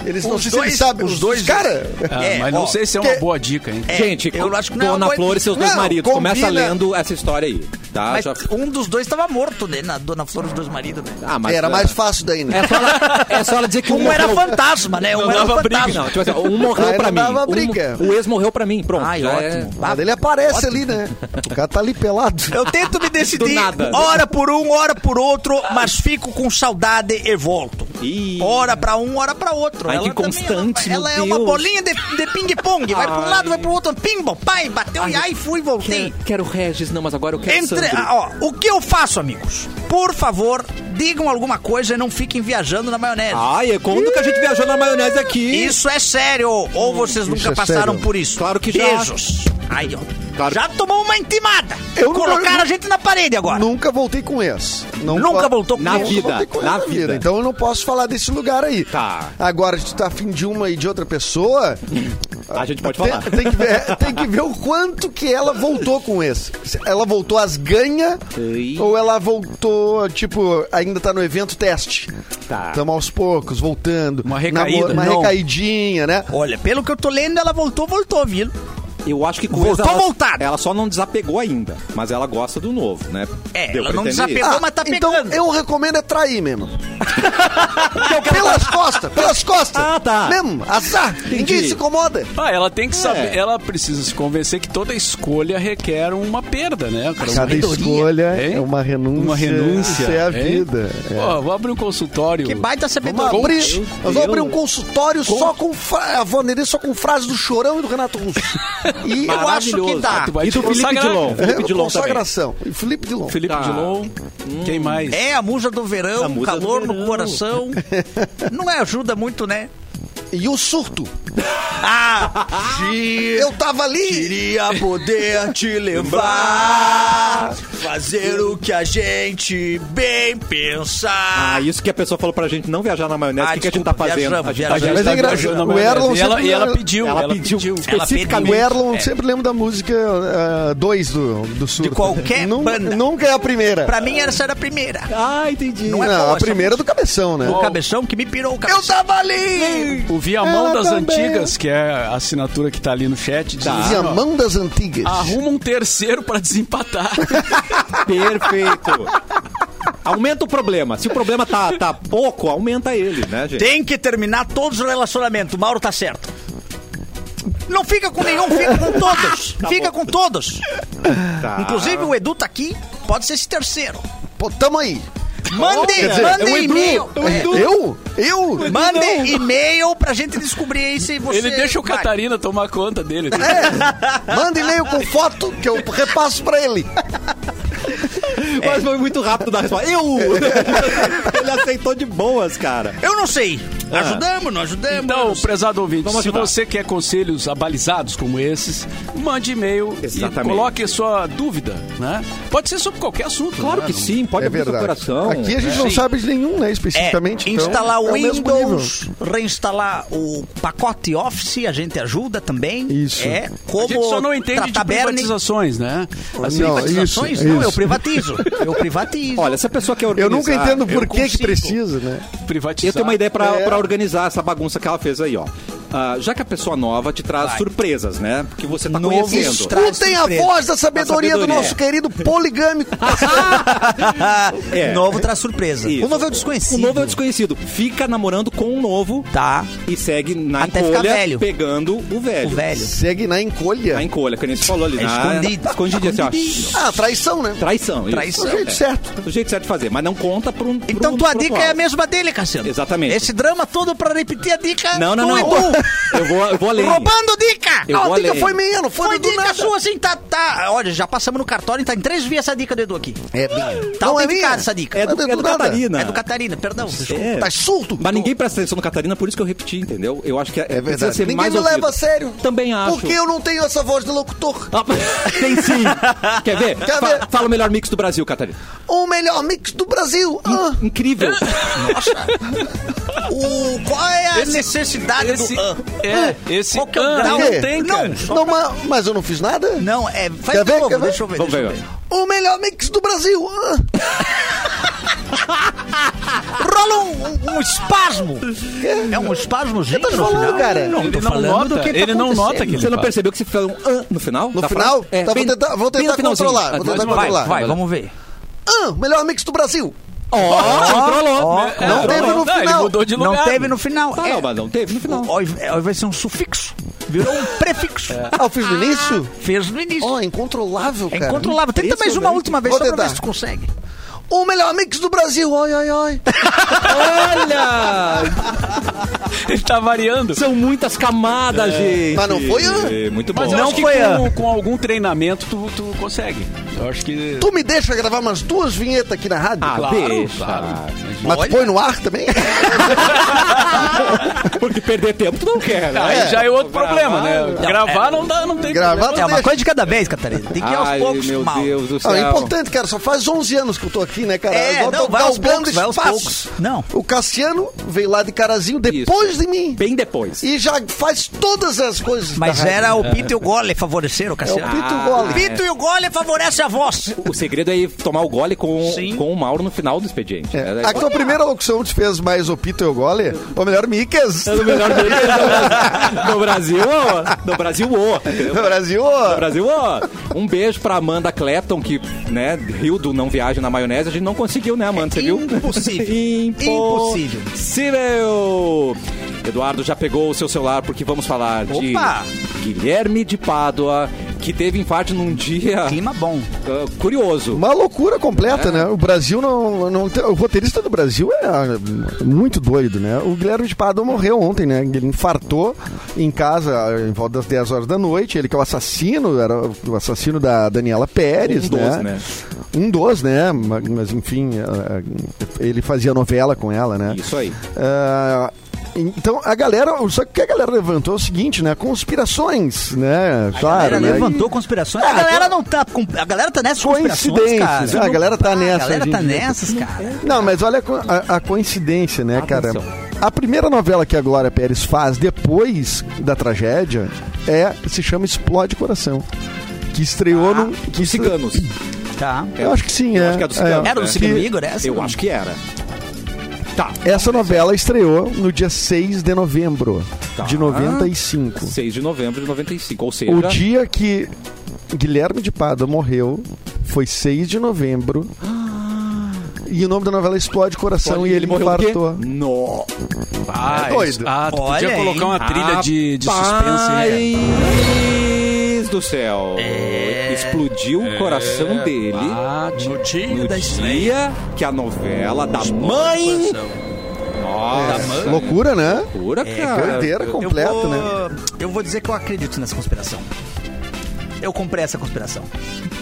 S4: Eles
S3: Os
S4: não sei se
S3: dois-
S4: eles sabem.
S3: os dois-
S4: Cara,
S2: Ah,
S3: É,
S2: mas não
S3: ó,
S2: sei se é uma
S4: que-
S2: boa dica, hein?
S3: É,
S1: Gente,
S3: eu acho que não é uma
S1: Dona
S3: boa-
S1: Flor e seus dois
S4: Não,
S1: maridos. Começa
S4: combina.
S1: lendo essa história aí, tá?
S3: Mas
S1: Já-
S3: um dos dois tava morto, né? Na Dona Flor, os dois maridos, né?
S1: Ah, mas-
S4: era mais fácil daí, né?
S1: É só, ela, é só ela dizer que
S3: Um era
S1: morreu-
S3: fantasma, né? Um
S1: Não
S3: era
S1: dava briga.
S3: fantasma.
S1: Não, tipo assim, ó, um morreu
S4: Aí
S1: pra
S4: não
S1: mim.
S4: dava
S1: Um-
S4: briga.
S1: o ex morreu pra mim, pronto.
S3: Ai,
S1: já
S3: ótimo.
S1: é-
S4: Mas ele aparece ali, né? O cara tá ali pelado.
S3: Eu tento
S1: Do
S3: me decidir,
S1: nada.
S3: hora por um, hora por outro, mas fico com saudade e volto.
S1: Ih.
S3: Hora pra um, hora pra outro.
S1: Ai, que
S3: também,
S1: constante,
S3: Ela,
S1: meu
S3: ela é uma
S1: Deus.
S3: bolinha de, de ping-pong. Vai pra um lado, vai pro outro. Pimba, pai, bateu e ai, fui, voltei.
S1: Quero Regis, não, mas agora eu quero
S3: Entre,
S1: é Sandro.
S3: ah, ó, o que eu faço, amigos? Por favor, digam alguma coisa e não fiquem viajando na maionese.
S1: Ai, é quando que a gente viajou na maionese aqui?
S3: Isso é sério!
S1: Hum,
S3: Ou vocês nunca
S4: é
S3: passaram
S4: sério.
S3: por isso?
S1: Claro que já.
S3: Beijos. Aí, ó.
S1: Claro.
S3: Já tomou uma intimada.
S4: Eu nunca-
S3: Colocaram a gente na parede agora.
S4: Nunca voltei com ex. Não
S3: Nunca
S4: fa-
S3: voltou com
S4: Nunca
S1: ex?
S4: voltei com ex
S1: Na
S4: na
S1: vida.
S4: vida. Então eu não posso falar desse lugar aí.
S1: Tá.
S4: Agora, se tu tá afim de uma e de outra pessoa,
S1: A gente pode
S4: tem,
S1: falar.
S4: tem que ver, tem que ver o quanto que ela voltou com ex. Se Ela voltou às ganha
S1: Ei.
S4: ou ela voltou, tipo, ainda tá no evento teste.
S1: Tá.
S4: Tamo aos poucos, voltando.
S2: Uma recaída.
S4: Namo- Uma
S2: Não.
S4: recaidinha, né?
S3: Olha, pelo que eu tô lendo, ela voltou, voltou, viu?
S1: Eu acho que com
S3: Voltou
S1: ex ela,
S3: voltada.
S1: ela só não desapegou ainda, mas ela gosta do novo, né?
S3: É,
S1: Deu
S3: ela
S1: pra
S3: não
S1: entender
S3: desapegou.
S1: isso.
S3: mas tá
S4: então
S3: pegando.
S4: eu recomendo é trair mesmo. pelas costas, pelas costas.
S1: Ah, tá.
S4: Mesmo, azar. Ninguém se incomoda.
S2: Ah, ela tem que saber,
S1: É.
S2: ela precisa se convencer que toda escolha requer uma perda, né? cara?
S4: Cada escolha
S2: Hein?
S4: é uma renúncia.
S2: Uma renúncia.
S4: Isso é a
S2: hein?
S4: vida. É.
S2: Ó, vou abrir um consultório.
S3: Que baita
S4: Vamos
S3: sabedoria.
S1: Meu
S4: abrir, nós
S1: Deus.
S4: vamos abrir um consultório só com fra- a Vanderlei só com frases do Chorão e do Renato Russo. E eu acho
S1: Maravilhoso. É,
S4: que dá.
S2: Tu vai
S1: E do
S2: te
S1: Felipe
S2: consagrar.
S1: Dilon. Felipe
S4: É,
S1: Dilon também.
S4: consagração. E Felipe Dilon.
S2: Felipe
S1: Tá.
S2: Dilon. Quem mais?
S3: É a musa do
S1: A
S3: verão,
S1: musa
S3: calor
S1: do
S3: no
S1: verão.
S3: coração. Não ajuda muito, né?
S4: E o surto.
S3: Ah!
S4: Eu tava ali.
S3: Queria poder te levar, fazer o que a gente bem
S1: Ah,
S3: pensar.
S1: isso que a pessoa falou pra gente não viajar na maionese, o
S3: Ah,
S1: que, que a gente
S3: desculpa,
S1: tá fazendo?
S3: viajamos,
S1: a gente
S3: viajamos.
S1: tá
S4: Mas é engra-
S1: viajando na
S4: o
S1: maionese.
S4: Erlon
S2: e ela,
S4: sempre-
S2: e ela pediu,
S1: Ela
S2: ela,
S1: pediu.
S2: pediu.
S3: Ela
S4: O
S1: Especificamente.
S4: Erlon
S3: É.
S4: sempre lembra da música 2 do, do surto.
S3: qualquer
S4: Nun-
S3: banda.
S4: Nunca é a primeira.
S3: Pra mim essa era a primeira.
S1: Ah, entendi.
S4: Não,
S3: não é boa
S4: a
S3: essa
S4: primeira é do cabeção, né?
S3: O cabeção que me pirou o cabeção.
S4: tava ali!
S2: O Viamão
S4: Ela
S2: das
S4: também.
S2: Antigas, que é a assinatura que tá ali no chat, diz assim,
S4: Dizia
S2: ó,
S4: mão das antigas.
S2: Arruma um terceiro pra desempatar.
S1: é Perfeito. Aumenta o problema. Se o problema tá, tá pouco, aumenta ele, né, gente?
S3: Tem que terminar todos os relacionamentos. O Mauro tá certo. Não fica com nenhum, fica com
S4: Tá
S3: todos. fica com todos.
S1: Tá.
S3: Inclusive o Edu tá aqui, pode ser esse terceiro.
S4: Pô, tamo aí.
S3: Mande,
S4: Quer dizer,
S3: mande
S4: é o Edu,
S3: e-mail.
S4: é, Eu? Eu?
S3: Mande e-mail pra gente descobrir aí se você.
S2: Ele deixa o
S3: vai. É,
S2: Catarina tomar conta dele.
S4: Manda e-mail com foto que eu repasso pra ele.
S1: Mas
S3: é.
S1: foi muito rápido da resposta. Eu! Ele aceitou de boas, cara.
S3: Eu não sei.
S4: Ah.
S3: Ajudamos, não ajudamos.
S2: Então, prezado ouvinte,
S1: Vamos
S2: se
S1: ajudar.
S2: você quer conselhos abalizados como esses, mande e-mail e
S1: Exatamente.
S2: coloque sua dúvida, né? Pode ser sobre qualquer assunto.
S1: Claro
S2: né?
S1: que
S2: Não-
S1: sim, pode
S4: é
S1: abrir seu
S4: verdade.
S1: coração.
S4: Aqui é a gente não sabe de nenhum, né,
S3: É,
S4: especificamente. então,
S3: instalar
S4: é
S3: o
S4: mesmo nível.
S3: Windows, reinstalar o pacote Office, a gente ajuda também.
S4: Isso.
S3: É como
S2: A gente só não entende de
S3: tratar berne-
S2: privatizações, né? Assim,
S4: Não,
S3: privatizações?
S4: isso,
S3: não,
S4: isso.
S3: eu privatizo. Eu privatizo.
S1: Olha, essa pessoa quer
S4: Eu
S1: organizar...
S4: nunca entendo por
S3: eu
S4: que que
S3: consigo.
S4: precisa, né?
S2: privatizar.
S1: Eu tenho uma ideia pra,
S4: É.
S1: pra organizar essa bagunça que ela fez aí, ó. Ah, já que a pessoa nova te traz
S3: Vai.
S1: surpresas, né? Porque você tá
S3: Novo
S1: conhecendo.
S3: estra- Traz
S4: Escutem a
S3: surpresa.
S4: voz da sabedoria,
S1: A
S4: do
S1: sabedoria.
S4: nosso querido poligâmico.
S1: É.
S3: Novo traz surpresa.
S1: Isso.
S3: O novo é o desconhecido.
S1: O novo é o desconhecido. Fica namorando com o novo
S3: Tá.
S1: e segue na
S3: Até
S1: encolha,
S3: ficar velho.
S1: pegando o velho.
S3: O velho.
S4: Segue na encolha.
S1: Na encolha, que nem você falou ali.
S3: É
S1: na-
S3: escondido.
S1: Escondidinho, assim, ó.
S4: Ah, traição, né?
S1: Traição. isso.
S3: Traição.
S4: Do jeito
S1: É.
S4: certo.
S1: Do jeito certo de fazer, mas não conta pro... pro-
S3: Então tua
S1: pro
S3: dica
S1: outro
S3: é a
S1: lado.
S3: mesma dele, Cassiano.
S1: Exatamente.
S3: Esse drama todo pra repetir a dica.
S1: Não, não,
S3: do
S1: não.
S3: Edu.
S1: Eu vou, eu vou além.
S3: Roubando dica!
S1: Eu
S3: Ah,
S1: vou
S3: a dica
S1: além.
S3: foi meia, não foi,
S4: Foi
S3: do
S4: dica
S3: nada. sua, assim, tá, tá. Olha, já passamos no cartório, tá em três vias essa dica do Edu aqui.
S4: É bem.
S3: Tá
S4: Não é
S3: autenticada
S4: minha.
S3: essa dica.
S1: É do,
S4: Não
S1: é do
S4: adiantou nada.
S1: Catarina.
S3: É do Catarina, perdão. desculpa.
S1: É.
S4: Tá solto.
S1: Mas ninguém presta atenção no Catarina, por isso que eu repeti, entendeu? Eu acho que é,
S4: É
S1: precisa
S4: verdade.
S1: ser
S4: Ninguém
S1: mais
S4: me leva
S1: ouvido.
S4: a sério.
S1: Também acho.
S4: Porque eu não tenho essa voz de locutor.
S1: Ah, tem sim. Quer ver?
S4: Quer
S1: Fa-
S4: ver?
S1: Fala o melhor mix do Brasil, Catarina.
S4: O melhor mix do Brasil. Ah.
S1: Incrível.
S3: O, qual é a necessidade
S2: esse,
S3: do. Ah.
S2: É, esse
S3: Qual que é o
S2: ah,
S3: grau?
S2: não tem, cara.
S4: Não, ma- mas, eu não fiz nada.
S3: Não, é. Faz
S4: Quer
S3: de
S4: ver?
S3: novo,
S4: Quer ver?
S3: deixa eu ver.
S1: Vamos
S3: deixa eu
S1: ver.
S4: O melhor mix do Brasil. Ah.
S3: Rola um, um espasmo. É um espasmo, gente.
S4: tá
S3: no
S4: falando,
S3: final?
S4: cara?
S3: Não,
S2: Ele
S3: tô
S2: não
S3: falando do
S2: nota,
S3: que tá
S2: ele não nota que ele
S1: Você não
S2: faz.
S1: percebeu que você fez um ah no final?
S4: No
S1: da
S4: final?
S1: frase? É,
S4: Tá,
S1: bem-
S4: vou tentar, vou
S1: bem no
S4: tentar
S1: finalzinho.
S4: controlar.
S1: Ah,
S4: Vou
S1: mas
S4: tentar
S1: vai,
S4: controlar.
S3: Vai, vamos ver.
S4: Ah, melhor mix do Brasil.
S1: Controlou.
S2: né?
S3: ó,
S1: É,
S4: não teve no
S2: ele
S4: final.
S2: mudou de lugar.
S3: Não teve no final.
S1: Ah,
S3: é,
S1: não, mas não teve no final.
S3: ó, é, vai ser um sufixo. Virou um prefixo.
S4: Ah, eu fiz no início?
S3: Fez no início.
S4: Ó, incontrolável,
S3: é
S4: cara. né?
S3: incontrolável. Tenta mais uma
S1: Impressionante.
S3: última vez
S4: Vou
S3: só pra ver
S4: tentar. Então
S3: se tu consegue.
S4: O melhor mix do Brasil. Oi, oi, oi.
S1: Olha!
S2: Ele tá variando.
S1: São muitas camadas, gente.
S4: É. Mas não foi, ah?
S1: É, Muito bom.
S2: Mas eu
S3: Não
S2: acho que
S3: foi a-
S2: com, com algum treinamento tu, tu consegue. Eu acho que...
S4: Tu me deixa gravar umas duas vinhetas aqui na rádio?
S1: Ah,
S2: Claro,
S1: deixa.
S2: claro.
S4: Mas tu põe no ar também?
S1: Porque perder tempo tu não quer, né?
S2: Aí já é outro
S1: Gravar,
S2: problema, né? Gravar não dá, não tem né?
S4: Gravar
S2: problema.
S4: não
S3: É uma
S4: tá, deixa.
S3: coisa de cada vez, Catarina. Tem que ir aos
S1: Ai,
S3: poucos,
S1: meu
S3: mal.
S1: Deus do
S4: Ah,
S1: céu.
S4: é importante, cara. Só faz 11 anos que eu tô aqui, né, cara?
S3: É,
S4: Agora
S3: não,
S4: tô
S3: vai aos
S4: galgando
S3: poucos, vai aos
S4: espaços.
S3: poucos. Não.
S4: O Cassiano veio lá de carazinho depois de mim.
S1: Bem depois.
S4: E já faz todas as coisas.
S3: Mas
S4: da rádio.
S3: era o Pito e o Gole favoreceram,
S4: Tá É o
S3: Cassiano.
S4: Pito
S1: Ah,
S4: Gole.
S3: O Pito e o Gole favorece a voz.
S1: O segredo é ir tomar o gole com,
S3: Sim.
S1: com o Mauro no final do expediente.
S4: É.
S1: né?
S4: A tua primeira locução te fez mais o Pito e o Gole? Ou melhor, Micas.
S1: É do melhor dele do Brasil. No Brasil, ô. No Brasil, ô.
S4: No Brasil, ó.
S1: No Brasil, ô. Um beijo pra Amanda Clapton, que, né, riu do Não Viagem na Maionese. A gente não conseguiu, né, Amanda? Você viu?
S3: Impossível.
S1: Impossível.
S3: Impossível.
S1: Impossível. Eduardo já pegou o seu celular porque vamos falar de
S3: Opa.
S1: Guilherme de Pádua, que teve infarto num dia
S3: Clima bom.
S1: ah, curioso.
S4: Uma loucura
S1: É.
S4: completa, né? O Brasil não, não tem- O roteirista do Brasil é ah, muito doido, né? O Guilherme de Pádua morreu ontem, né? Ele infartou em casa ah, em volta das 10 horas da noite. Ele que é o assassino, era o assassino da Daniela Pérez,
S1: Um dos,
S4: né?
S1: né?
S4: Um dos, né? Mas, mas, enfim, ah, ele fazia novela com ela, né?
S1: Isso aí.
S4: Ah, então a galera, só que o que a galera levantou é o seguinte, né? Conspirações, né?
S3: A
S4: claro,
S3: galera
S4: né?
S3: levantou conspirações. Ah, A galera não tá. com- A galera tá nessas conspirações,
S4: Coincidências.
S3: cara.
S4: Ah, a galera tá
S3: Ah,
S4: nessa,
S3: A galera
S4: gente.
S3: tá nessas, cara.
S4: Não, mas olha a co- a, a coincidência, né,
S1: Atenção.
S4: cara? A primeira novela que a Glória Pérez faz depois da tragédia é se chama Explode Coração. Que estreou no. Que
S1: Dos
S4: estre-
S1: ciganos.
S3: Tá.
S4: Eu acho que sim,
S1: Ah, Eu
S4: Ah, é.
S1: acho que é do cigano.
S3: Era
S1: É.
S3: do Cigano Igor essa?
S1: Eu acho que era. Tá.
S4: Essa novela estreou no dia 6 de novembro
S1: Tá.
S4: de 95.
S1: 6 de novembro de 95, ou seja,
S4: O dia que Guilherme de Pádua morreu foi 6 de novembro. E o nome da novela é Explode Coração e ele
S1: Ah. morreu do quê?
S4: infartou.
S1: No.
S2: Ah,
S4: É doido.
S2: isso- Ah, tu
S3: Olha
S2: podia
S3: aí.
S1: É Ah.
S2: colocar uma trilha de, de suspense. né?
S1: Rapaz, Deus do céu. Explodiu o coração dele.
S2: no
S1: É. Ah, No
S2: dia
S1: dia que a novela da mãe. Nossa,
S4: Loucura, né?
S1: loucura, cara.
S4: Doideira completa,
S3: eu vou,
S4: né?
S3: Eu vou dizer que eu acredito nessa conspiração. Eu comprei essa conspiração.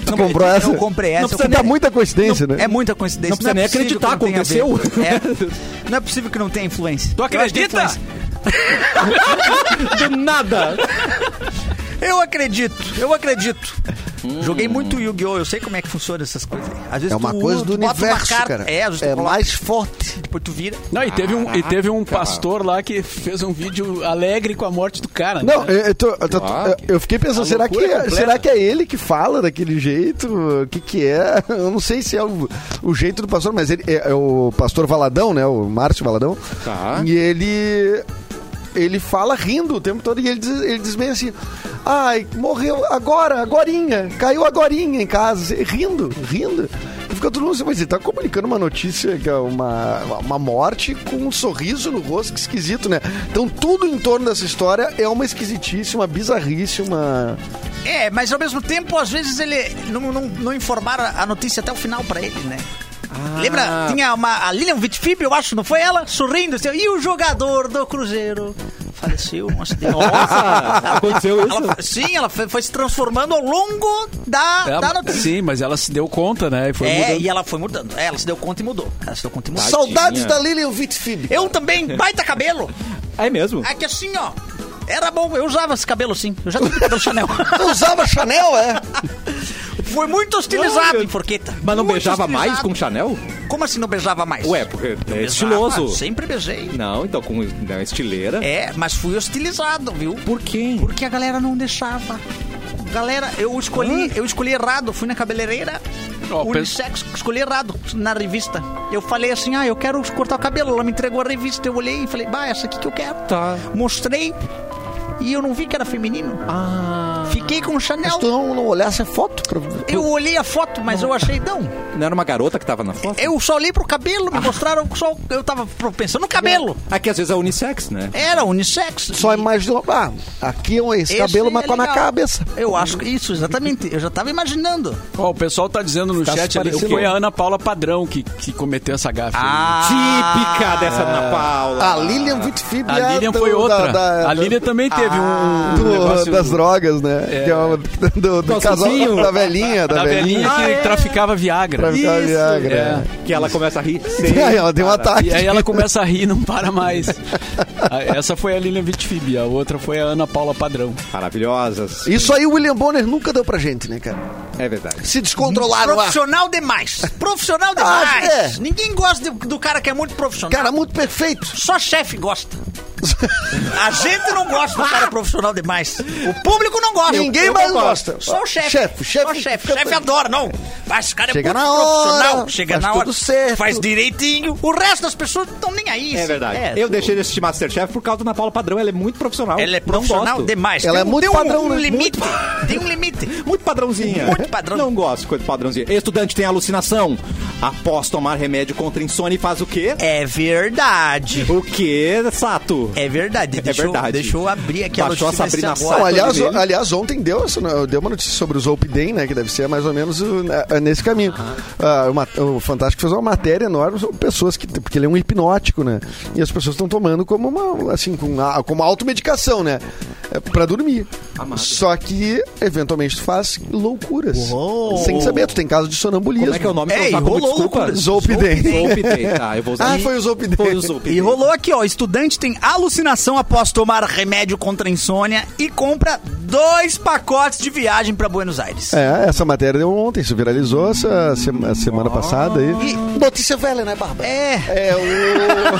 S4: Tu comprou essa?
S3: Eu comprei essa.
S4: Não
S3: eu
S4: precisa
S3: comprei-
S4: dar é muita coincidência,
S3: Não-
S4: né?
S3: É muita coincidência.
S1: Não precisa nem
S3: possível
S1: acreditar,
S3: que não tenha
S1: aconteceu.
S3: a ver. É. Não é possível que não tenha influência.
S2: Tu
S3: Eu acho que tem
S2: acredita?
S3: influência.
S1: Do nada.
S3: Eu acredito, eu acredito. Joguei muito Yu-Gi-Oh! Eu sei como é que funciona essas coisas. aí. Às vezes
S4: É uma
S3: tu-
S4: coisa do
S3: tu bota uma
S4: universo,
S3: carta-
S4: cara.
S3: É, às vezes tu
S4: É
S3: coloca,
S4: mais forte.
S3: depois tu vira.
S2: Não, e teve, um, e teve um pastor lá que fez um vídeo alegre com a morte do cara. né?
S4: Não, eu, eu tô- eu tô-
S1: Ah,
S4: eu fiquei pensando,
S1: a
S4: será que,
S1: loucura é completa.
S4: será que é ele que fala daquele jeito? O que que é? Eu não sei se é o, o jeito do pastor, mas ele é, é o pastor Valadão, né? O Márcio Valadão.
S1: Tá.
S4: E ele... Ele fala rindo o tempo todo e ele diz, ele diz bem assim... Ai, morreu agora, agorinha. Caiu agorinha em casa. Rindo, rindo. E Fica todo mundo assim, mas ele tá comunicando uma notícia, que é uma, uma morte com um sorriso no rosto, que esquisito, né? Então tudo em torno dessa história é uma esquisitice, uma bizarrice, uma...
S3: É, mas ao mesmo tempo, às vezes ele não, não, não informaram a notícia até o final pra ele, né?
S4: Ah.
S3: Lembra? Tinha uma, a Lilian Vitfib, eu acho, não foi ela? Sorrindo, assim, e o jogador do Cruzeiro faleceu um acidente. Nossa!
S1: Aconteceu isso?
S3: Ela- sim, ela foi, foi se transformando ao longo da,
S2: É,
S3: da notícia.
S2: sim, mas ela se deu conta, né? E foi
S3: tá é,
S2: mudando.
S3: e ela foi mudando. É, Ela se deu conta e mudou. Ela se deu conta e mudou.
S1: Tadinha.
S4: Saudades da Lilian Vitfib.
S3: Eu também, baita cabelo.
S1: É mesmo?
S3: É que assim, ó. Era bom, eu usava esse cabelo sim. Eu já tive cabelo Chanel.
S4: Eu usava Chanel, é?
S3: Foi muito hostilizado
S1: Olha.
S3: em Forqueta.
S1: Mas não
S3: Muito
S1: beijava mais
S3: hostilizado.
S1: com Chanel?
S3: Como assim não beijava mais?
S1: Ué, porque é
S3: Beijava,
S1: estiloso.
S3: Sempre beijei.
S1: Não, então com né, estileira.
S3: É, mas fui hostilizado, viu?
S1: Por quem?
S3: Porque a galera não deixava. Galera, eu escolhi, eu escolhi errado, fui na cabeleireira.
S2: Ó,
S3: unissex, escolhi errado na revista. Eu falei assim: ah, eu quero cortar o cabelo. Ela me entregou a revista. Eu olhei e falei: bah, essa aqui que eu quero.
S1: Tá.
S3: Mostrei e eu não vi que era feminino.
S1: Ah.
S3: Fiquei com o Chanel.
S4: Se tu não, não olhasse a foto... Pra...
S3: Eu olhei a foto, mas eu achei não.
S1: Não era uma garota que tava na foto?
S3: Eu só olhei pro cabelo,
S4: Ah.
S3: me mostraram só. Eu tava pensando no cabelo.
S1: Aqui às vezes é unissex, né?
S3: Era unissex.
S4: Só imaginou... Ah, aqui é um esse
S3: Esse
S4: cabelo, mas
S3: é
S4: com na
S3: legal.
S4: cabeça.
S3: Eu acho que isso, exatamente. Eu já tava imaginando.
S2: Ó, o pessoal tá dizendo no
S4: Tá se
S2: chat ali que
S4: parecendo.
S2: foi a Ana Paula Padrão que, que cometeu essa gafe.
S1: Ah. Típica dessa Ana Paula.
S4: A Lilian Vitfib
S2: Ah, A
S4: é
S2: Lilian
S4: do-
S2: foi
S4: da-
S2: outra.
S4: da- Ah,
S2: a Lilian também teve um, um
S4: do-
S2: negócio
S4: das drogas, né? Que é uma- do, do casal
S1: Calçãozinho.
S4: da velhinha, da,
S2: da velhinha que
S1: Ah, é.
S2: traficava Viagra.
S4: Pra ficar
S1: Isso.
S4: Viagra.
S2: É.
S1: Que ela começa a rir.
S4: E aí ela deu um ataque.
S2: E aí ela começa a rir e não para mais. A- Essa foi a Lilian Vitfib, a outra foi a Ana Paula Padrão.
S1: Maravilhosas.
S4: Isso aí o William Bonner nunca deu pra gente, né, cara?
S1: É verdade.
S4: Se descontrolar no ar.
S3: Profissional demais. Profissional
S4: Ah,
S3: demais.
S4: é.
S3: Ninguém gosta do, do cara que é muito profissional.
S4: Cara, muito perfeito.
S3: Só chefe gosta. A gente não gosta do cara profissional demais. O público não gosta.
S4: Ninguém
S3: Eu
S4: mais
S3: concordo.
S4: gosta.
S3: Só o chefe.
S4: Chefe,
S3: Só
S4: chefe.
S3: o chefe. Chefe adora, não. Mas esse cara
S4: Chega
S3: é muito
S4: na hora,
S3: profissional. Chega
S4: faz
S3: na hora.
S4: tudo certo.
S3: Faz direitinho. O resto das pessoas não estão nem aí.
S1: É
S3: assim.
S1: verdade. eu deixei de assistir Masterchef por causa da Ana Paula Padrão. Ela é muito profissional.
S3: Ela é
S1: Não
S3: profissional
S1: gosto.
S3: demais.
S4: Ela
S3: Tem
S4: é
S3: um-
S4: muito
S3: tem um-
S4: padrão, né?
S3: um
S4: Muito
S3: limite. Tem um limite.
S1: Muito padrãozinha.
S3: Muito padrão.
S1: Não gosto de coisa padrãozinha. Estudante tem alucinação. Após tomar remédio contra insônia e faz o quê?
S3: É verdade.
S1: O quê, Sato?
S3: É verdade. Deixa eu-
S1: verdade.
S3: Deixa eu abrir aqui
S1: Baixou a
S3: notícia
S1: Sabrina
S3: agora.
S4: Não,
S1: Sato.
S4: aliás,
S1: vermelho.
S4: o- aliás, ontem deu, essa, no- deu uma notícia sobre os Open Day, né? Que deve ser mais ou menos uh, na- nesse caminho. Ah, uma- o Fantástico fez uma matéria enorme sobre pessoas que. Porque ele é um hipnótico, né? E as pessoas estão tomando como uma. Assim, com a, como automedicação, né? É, Pra dormir. Só que, eventualmente, tu faz loucuras. Sem saber, tu tem caso de sonambulismo.
S1: Como é que é o nome? pra
S3: Ei,
S1: usar como
S3: rolou
S1: desculpa?
S3: loucura.
S4: Zolpidem.
S1: Zolpidem, tá. Eu vou usar.
S4: Ah, foi o Zolpidem.
S1: Foi o Zolpidem.
S3: E rolou aqui, ó. Estudante tem alucinação após tomar remédio contra insônia e compra dois pacotes de viagem pra Buenos Aires.
S4: É, essa matéria deu ontem, isso viralizou essa sema- semana passada aí. notícia velha, né, Barba?
S3: É.
S4: É, o.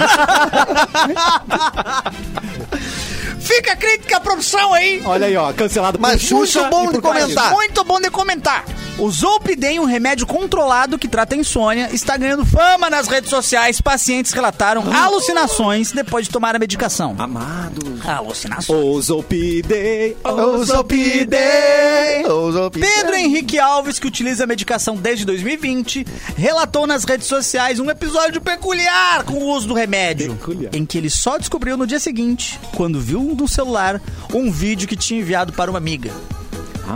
S3: Fica a crítica à produção aí.
S1: Olha aí, ó. Cancelado
S4: Mas
S1: por Xuxa
S4: muito bom
S1: e por
S4: de
S1: Cardi.
S4: comentar.
S3: Muito bom de comentar. O Zolpidem, um remédio controlado que trata a insônia, está ganhando fama nas redes sociais. Pacientes relataram
S1: Ah.
S3: alucinações depois de tomar a medicação.
S1: Amados.
S3: Alucinações.
S1: O Zolpidem.
S4: É O Zolpidem! O Zolpidem!
S3: Pedro Henrique Alves, que utiliza a medicação desde 2020, relatou nas redes sociais um episódio peculiar com o uso do remédio,
S1: Peculiar.
S3: em que ele só um descobriu no dia seguinte, quando viu no celular um vídeo que tinha enviado para uma amiga.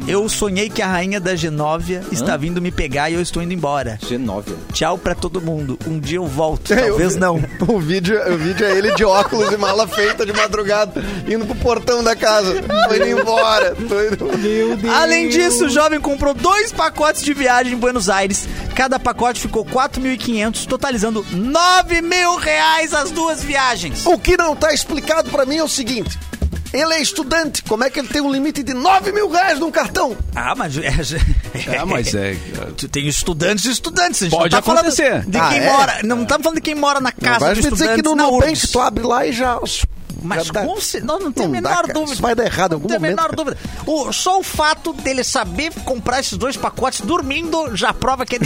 S3: Eu sonhei que a rainha da Genóvia está vindo me pegar e eu estou indo embora.
S1: Genóvia.
S3: Tchau pra todo mundo. Um dia eu volto. Talvez não.
S4: O vídeo, o vídeo é ele de óculos e mala feita de madrugada, indo pro portão da casa. Tô indo embora. Tô indo...
S3: Além disso, o jovem comprou dois pacotes de viagem em Buenos Aires. Cada pacote ficou 4.500, totalizando 9 mil reais as duas viagens.
S4: O que não tá explicado pra mim é o seguinte. Ele é estudante, como é que ele tem um limite de 9 mil reais num cartão?
S3: Ah, mas...
S2: Ah, mas é.
S3: Tu Tem estudantes e estudantes. A gente
S2: Pode
S3: não tá
S2: acontecer.
S3: Falando de
S4: Ah,
S3: quem
S4: é?
S3: mora. Não estamos falando de quem mora na casa
S4: Vai
S3: do
S4: me dizer
S3: estudante
S4: que no
S3: na
S4: Nubank
S3: URGS.
S4: tu abre lá e já.
S3: Mas
S4: já dá-
S3: como se... Não, não tem a
S4: Não dá,
S3: menor
S4: cara.
S3: dúvida.
S4: Isso vai dar errado em algum
S3: Não tem a
S4: momento,
S3: menor
S4: cara.
S3: dúvida. O, só o fato dele saber comprar esses dois pacotes dormindo já prova que ele...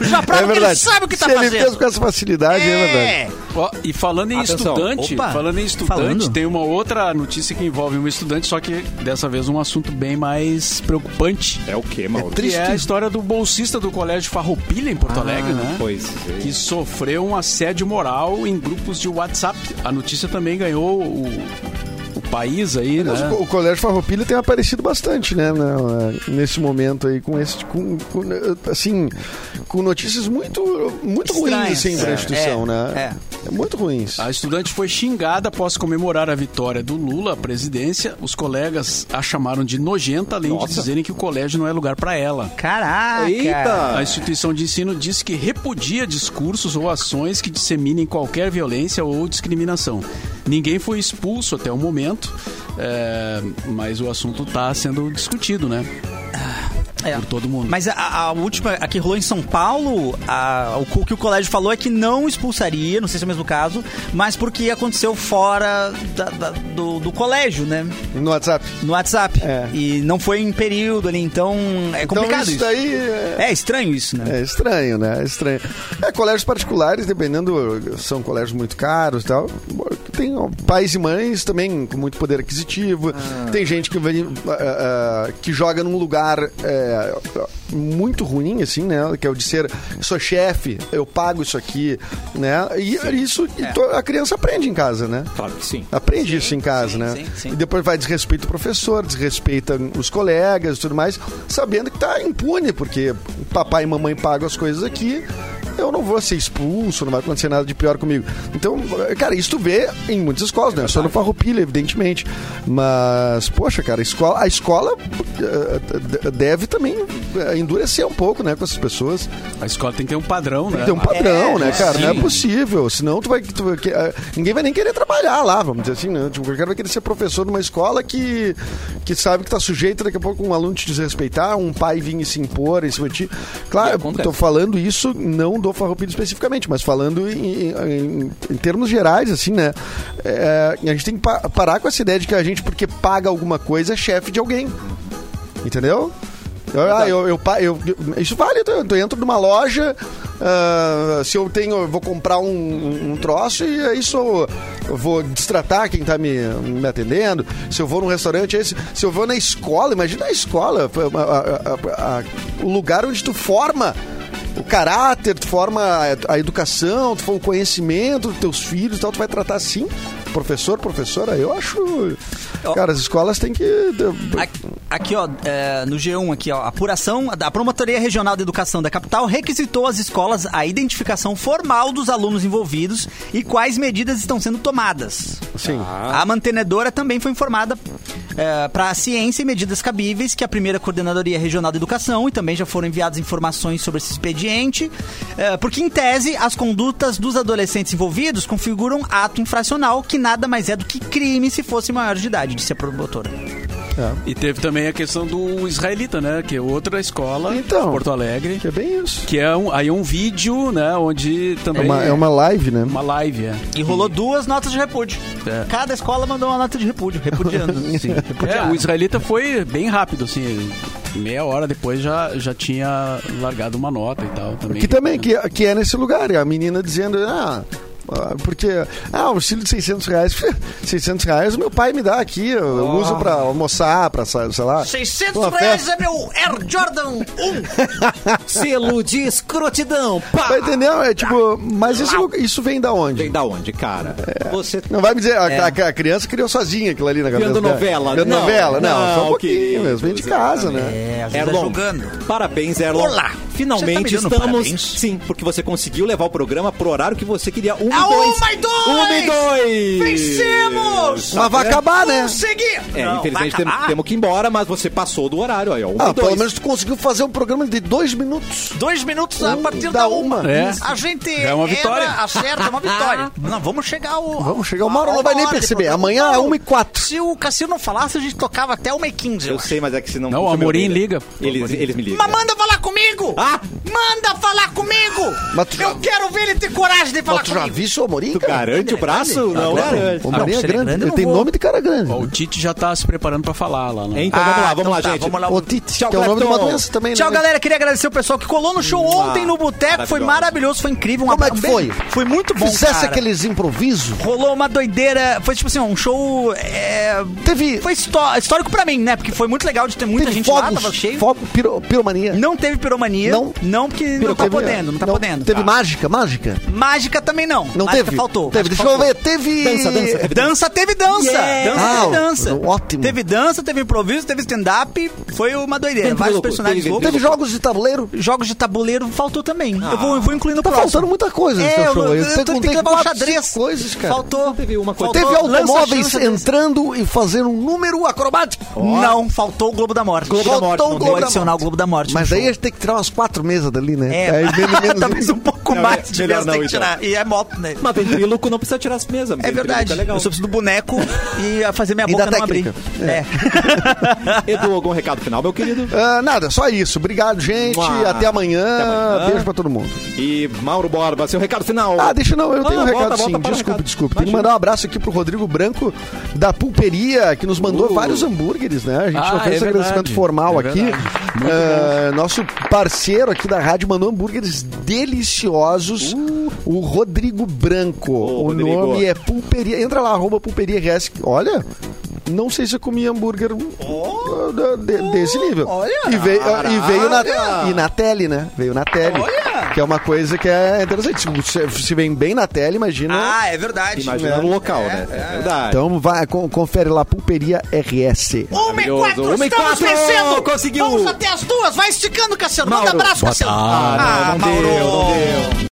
S3: já, já prova que ele sabe o que tá
S4: É Se ele
S3: fazendo.
S4: fez com essa facilidade, é, verdade.
S2: Ó, e falando em
S1: Atenção.
S2: estudante,
S3: Opa.
S2: falando em estudante,
S3: Falando.
S2: tem uma outra notícia que envolve um estudante, só que dessa vez um assunto bem mais preocupante.
S1: É o quê, Mauro?
S2: Que é a história do bolsista do Colégio Farroupilha em
S3: Ah,
S2: Porto Alegre, né?
S1: Pois é.
S2: Que sofreu um assédio moral em grupos de WhatsApp. A notícia também ganhou o, o país aí,
S3: É
S2: né?
S4: Mas o- O Colégio Farroupilha tem aparecido bastante, né? na- Nesse momento aí, com esse. Com, com, assim, com notícias muito, muito ruins,
S3: Estranhas.
S4: assim, pra
S3: É,
S4: instituição,
S3: é,
S4: né? É. muito ruins.
S2: A estudante foi xingada após comemorar a vitória do Lula à presidência. Os colegas a chamaram de nojenta, além de
S1: Nossa.
S2: dizerem que o colégio não é lugar para ela.
S3: Caraca.
S2: A
S3: Ah,
S1: Eita!
S2: instituição de ensino disse que repudia discursos ou ações que disseminem qualquer violência ou discriminação. Ninguém foi expulso até o momento, é, mas o assunto está sendo discutido, né?
S3: É.
S2: Por todo mundo.
S3: Mas a, a última, a que rolou em São Paulo, a- o co- que o colégio falou é que não expulsaria, não sei se é o mesmo caso, mas porque aconteceu fora da- da- do, do colégio, né?
S4: No WhatsApp.
S3: No WhatsApp.
S4: É.
S3: E não foi em período ali, então é complicado
S4: então,
S3: isso.
S4: isso daí. É...
S3: É estranho isso, né?
S4: É estranho, né? É estranho. É, colégios particulares, dependendo, são colégios muito caros e tal. Tem ó, pais e mães também com muito poder aquisitivo. Tem gente que vem, ah, ah, que joga num lugar é, muito ruim, assim, né? Que é o de ser, sou chefe, eu pago isso aqui, né? E isso e to- a criança aprende em casa, né?
S1: Claro que sim.
S4: Aprende isso em casa,
S3: sim,
S4: né?
S3: sim, sim.
S4: E depois vai desrespeita o professor, desrespeita os colegas e tudo mais, sabendo que tá impune, porque papai e mamãe pagam as coisas aqui, eu não vou ser expulso, não vai acontecer nada de pior comigo. Então, cara, isso tu vê em muitas escolas, né? Só no Farroupilha, evidentemente. Mas, poxa, cara, a escola, a escola eh, deve também eh, endurecer um pouco, né, com essas pessoas.
S2: A escola tem que ter um padrão, né?
S4: Tem um padrão,
S3: É,
S4: né, cara? Não é
S2: sim.
S4: possível. Senão tu vai. Tu, vai- que- ah, ninguém vai nem querer trabalhar lá, vamos dizer assim, né? Tipo, o cara vai querer ser professor numa escola que, que sabe que tá sujeito daqui a pouco um aluno te desrespeitar, um pai vir e se impor em cima de ti. Claro, eu tô falando isso não do Farroupilha especificamente, mas falando em, em- em termos gerais, assim, né? É, a gente tem que pa- parar com essa ideia de que a gente, porque paga alguma coisa, é chefe de alguém. Entendeu? Eu,
S3: Tá.
S4: ah, eu, eu, pa- eu- eu- isso vale, eu, eu entro numa loja, ah, se eu tenho, eu vou comprar um, um- um troço e aí sou, eu vou destratar quem tá me, me atendendo. Se eu vou num restaurante, aí se, se eu vou na escola, imagina a escola, a- a- a- a- o lugar onde tu forma o caráter, tu forma a- a educação, tu forma o conhecimento dos teus filhos e tal, tu vai tratar assim. Professor, professora, eu acho.
S3: Ó.
S4: Cara, as escolas têm que.
S3: Aqui, aqui, ó, é, no G1 aqui, ó, apuração da Promotoria Regional de Educação da capital requisitou às escolas a identificação formal dos alunos envolvidos e quais medidas estão sendo tomadas.
S4: Sim.
S3: A mantenedora também foi informada para a ciência e medidas cabíveis que a primeira coordenadoria regional de educação e também já foram enviadas informações sobre esse expediente, eh, porque em tese as condutas dos adolescentes envolvidos configuram ato infracional que nada mais é do que crime se fosse maior de idade, disse a promotora.
S4: é.
S2: E teve também a questão do israelita, né? Que é outra escola
S4: Então.
S2: de Porto Alegre.
S4: Que é bem isso.
S2: Que é um, aí é um vídeo, né? Onde
S4: É
S2: também.
S4: uma, é uma live, né?
S2: uma live, é.
S3: E rolou duas notas de repúdio.
S2: É.
S3: Cada escola mandou uma nota de repúdio, repudiando. Sim,
S2: É,
S3: repudiaram.
S2: o israelita foi bem rápido, assim. Meia hora depois já, já tinha largado uma nota e tal. Também.
S4: tá- Que também que, que é nesse lugar. E a menina dizendo, ah, Ah, Porque, ah, o auxílio de 600 reais, 600 reais o meu pai me dá aqui, eu eu uso pra almoçar, pra, sa- sei lá.
S3: 600
S4: Uma
S3: reais
S4: festa.
S3: é meu Air Jordan 1.
S1: Selo de escrotidão. Pá!
S4: Tá entendendo? É tipo, mas isso, isso vem da onde?
S1: Vem da onde, cara?
S3: É.
S1: Você
S4: Não vai me dizer, a, a- a criança criou sozinha aquilo ali na cabeça.
S1: Vendo
S4: dela.
S1: novela,
S4: Vendo
S1: não.
S4: novela, não. só
S1: Não,
S4: um pouquinho
S1: querido,
S4: mesmo. Vem de casa, né?
S3: É, às vezes tá
S1: Erlon,
S3: jogando.
S1: parabéns, Erlon.
S3: Olá. Você tá me
S1: Finalmente
S3: dando
S1: estamos.
S3: parabéns?
S1: Sim, porque você conseguiu levar o programa pro horário que você queria. Um
S3: Ah,
S1: e dois.
S3: uma e dois!
S1: Uma e dois!
S3: Vencemos!
S4: Mas vai acabar, né?
S3: Consegui!
S1: É,
S3: Não,
S1: infelizmente
S3: vai
S1: tem-
S3: acabar.
S1: temos que ir embora, mas você passou do horário aí, ó. Uma
S4: Ah,
S1: e dois.
S4: pelo menos tu conseguiu fazer um programa de dois minutos.
S3: Dois minutos a
S4: Um,
S3: partir
S4: dá
S3: da uma.
S4: uma.
S2: É.
S3: A gente
S2: É uma vitória.
S3: erra, acerta, é uma vitória. não, vamos chegar ao...
S4: Vamos chegar, o Mauro
S3: a
S4: não
S3: uma
S4: vai nem
S3: hora de
S4: perceber.
S3: programa.
S4: Amanhã é
S3: Mauro,
S4: 1h04.
S3: Se o Cassio não falasse, a gente tocava até 1h15.
S1: Eu sei, mas é que se não.
S2: Não, o
S1: se me
S2: Amorim
S1: ouvir,
S2: liga.
S1: Eles, eles me ligam.
S3: Mas manda falar comigo!
S1: Ah!
S3: Manda falar comigo!
S4: Mas tu já-
S3: Eu quero ver ele ter coragem de falar
S4: Mas tu já
S3: comigo.
S4: viu seu Amorim,
S3: então,
S1: Tu
S4: cara?
S3: é
S1: garante o braço? Não garante.
S4: O Amorim
S3: Não,
S4: é
S3: se ele é
S4: grande.
S3: grande, eu
S4: Ele
S3: não
S4: tem
S3: vou.
S4: nome de cara grande.
S2: Ó, o Tite já tá se preparando pra falar lá, né?
S1: Então vamos lá, vamos
S3: então
S1: lá,
S3: tá,
S1: gente.
S3: vamos lá.
S4: Otite,
S1: Tchau,
S4: que é o nome de uma
S1: Clepton.
S4: doença também,
S3: Tchau,
S4: né?
S3: galera. Queria agradecer o pessoal que colou no show ontem no Boteco. Foi
S1: maravilhoso.
S3: maravilhoso, foi incrível. Um
S4: Como é que
S3: abraço, um
S4: foi?
S3: beijo. Foi muito bom,
S4: Fizesse
S3: cara.
S4: aqueles improvisos.
S3: Rolou uma doideira. Foi tipo assim, um show. é,
S4: Teve,
S3: Foi histó- histórico pra mim, né? Porque foi muito legal de ter muita
S4: teve
S3: gente lá, tava
S4: fogos,
S3: cheio.
S4: fogo, piro- piromania.
S3: Não teve piromania.
S4: Não.
S3: Não, porque não tá
S4: Teve-
S3: podendo, não tá podendo.
S4: Teve
S3: Tá.
S4: mágica, mágica?
S3: Mágica também não.
S4: Não
S3: Mágica
S4: teve?
S3: faltou.
S4: Teve,
S3: Mágica
S4: deixa eu
S3: faltou.
S4: ver, teve...
S1: Dança, dança, teve-
S3: Dança teve dança.
S1: Yeah.
S3: Dança
S4: Ah,
S3: teve dança.
S4: ótimo.
S3: Teve dança, teve improviso, teve stand-up. Foi uma doideira.
S1: Teve
S3: Vários
S1: louco,
S3: personagens
S1: teve-
S3: loucos.
S4: Teve jogos de tabuleiro.
S3: Jogos de tabuleiro faltou também. Eu vou, eu vou incluir no
S4: Tá
S3: próximo.
S4: faltando muita coisa nesse
S3: É,
S4: teu
S3: eu,
S4: show
S3: eu,
S4: aí.
S3: eu,
S4: Você
S3: tenho que
S4: contei
S3: levar o
S4: quatro,
S3: xadrez.
S4: cinco coisas, cara.
S3: Faltou.
S1: Teve uma coisa.
S4: Teve
S3: Lança
S4: automóveis
S3: chance desse.
S4: entrando e fazendo um número acrobático.
S3: Não, faltou o Globo da Morte.
S4: Globo da
S3: faltou
S4: Morte,
S3: o
S4: não
S3: Globo
S4: deu.
S3: adicional Globo da Morte.
S4: Mas
S3: no
S4: aí a
S3: show.
S4: gente tem que tirar umas quatro mesas dali, né?
S3: É.
S4: Aí, menos, menos-
S3: Talvez um pouco
S1: Não,
S3: mais
S1: é-
S3: tivesse
S1: melhor
S3: tem
S1: não,
S3: que tirar. E é moto, né?
S1: Mas ventríloco não precisa tirar as mesas.
S3: É verdade.
S1: É legal.
S3: Eu só preciso do boneco e a fazer minha
S4: E
S3: boca
S4: da
S3: não abrir.
S4: técnica.
S3: É.
S1: Edu, algum recado final, meu querido?
S4: Ah, nada, só isso. Obrigado, gente.
S1: Mua.
S4: Até amanhã.
S1: Até amanhã.
S4: Beijo pra todo mundo.
S1: E Mauro Borba, seu recado final.
S4: Ah, deixa não, eu
S1: Ah,
S4: tenho
S1: volta,
S4: um recado
S1: volta
S4: sim.
S1: para o
S4: Desculpe,
S1: recado.
S4: desculpe. Tem que
S1: Imagina.
S4: mandar um abraço aqui pro Rodrigo Branco da Pulperia, que nos mandou
S1: Uh.
S4: vários hambúrgueres, né? A gente
S2: Ah,
S4: não fez
S2: é
S4: esse agradecimento
S2: verdade.
S4: formal
S2: É
S4: aqui.
S2: verdade.
S4: Ah, nosso parceiro aqui da rádio mandou hambúrgueres deliciosos. O Rodrigo Branco. o
S1: Rodrigo.
S4: nome é Pulperia. Entra lá, arroba Pulperia RS. Olha. Não sei se eu comi hambúrguer ah, de- desse nível. e veio, ah, e veio na,
S1: Caraca.
S4: e na tele, né? Veio na tele. Que é uma coisa que é interessante. Se, se vem bem na tele, imagina.
S3: Ah, é verdade.
S1: Imagina no local, né? É verdade.
S4: Então vai, con- confere lá, Pulperia RS.
S3: Uma Então, um e
S1: Maravilhoso.
S3: quatro,
S1: Uma e
S3: estamos
S1: quatro,
S3: vencendo.
S1: conseguiu.
S2: Ah,
S3: Vamos até as duas. Vai esticando, Cassiano. Manda Ah,
S1: Mauro.
S3: abraço, Cassiano.
S1: Ah, não, não deu, não deu.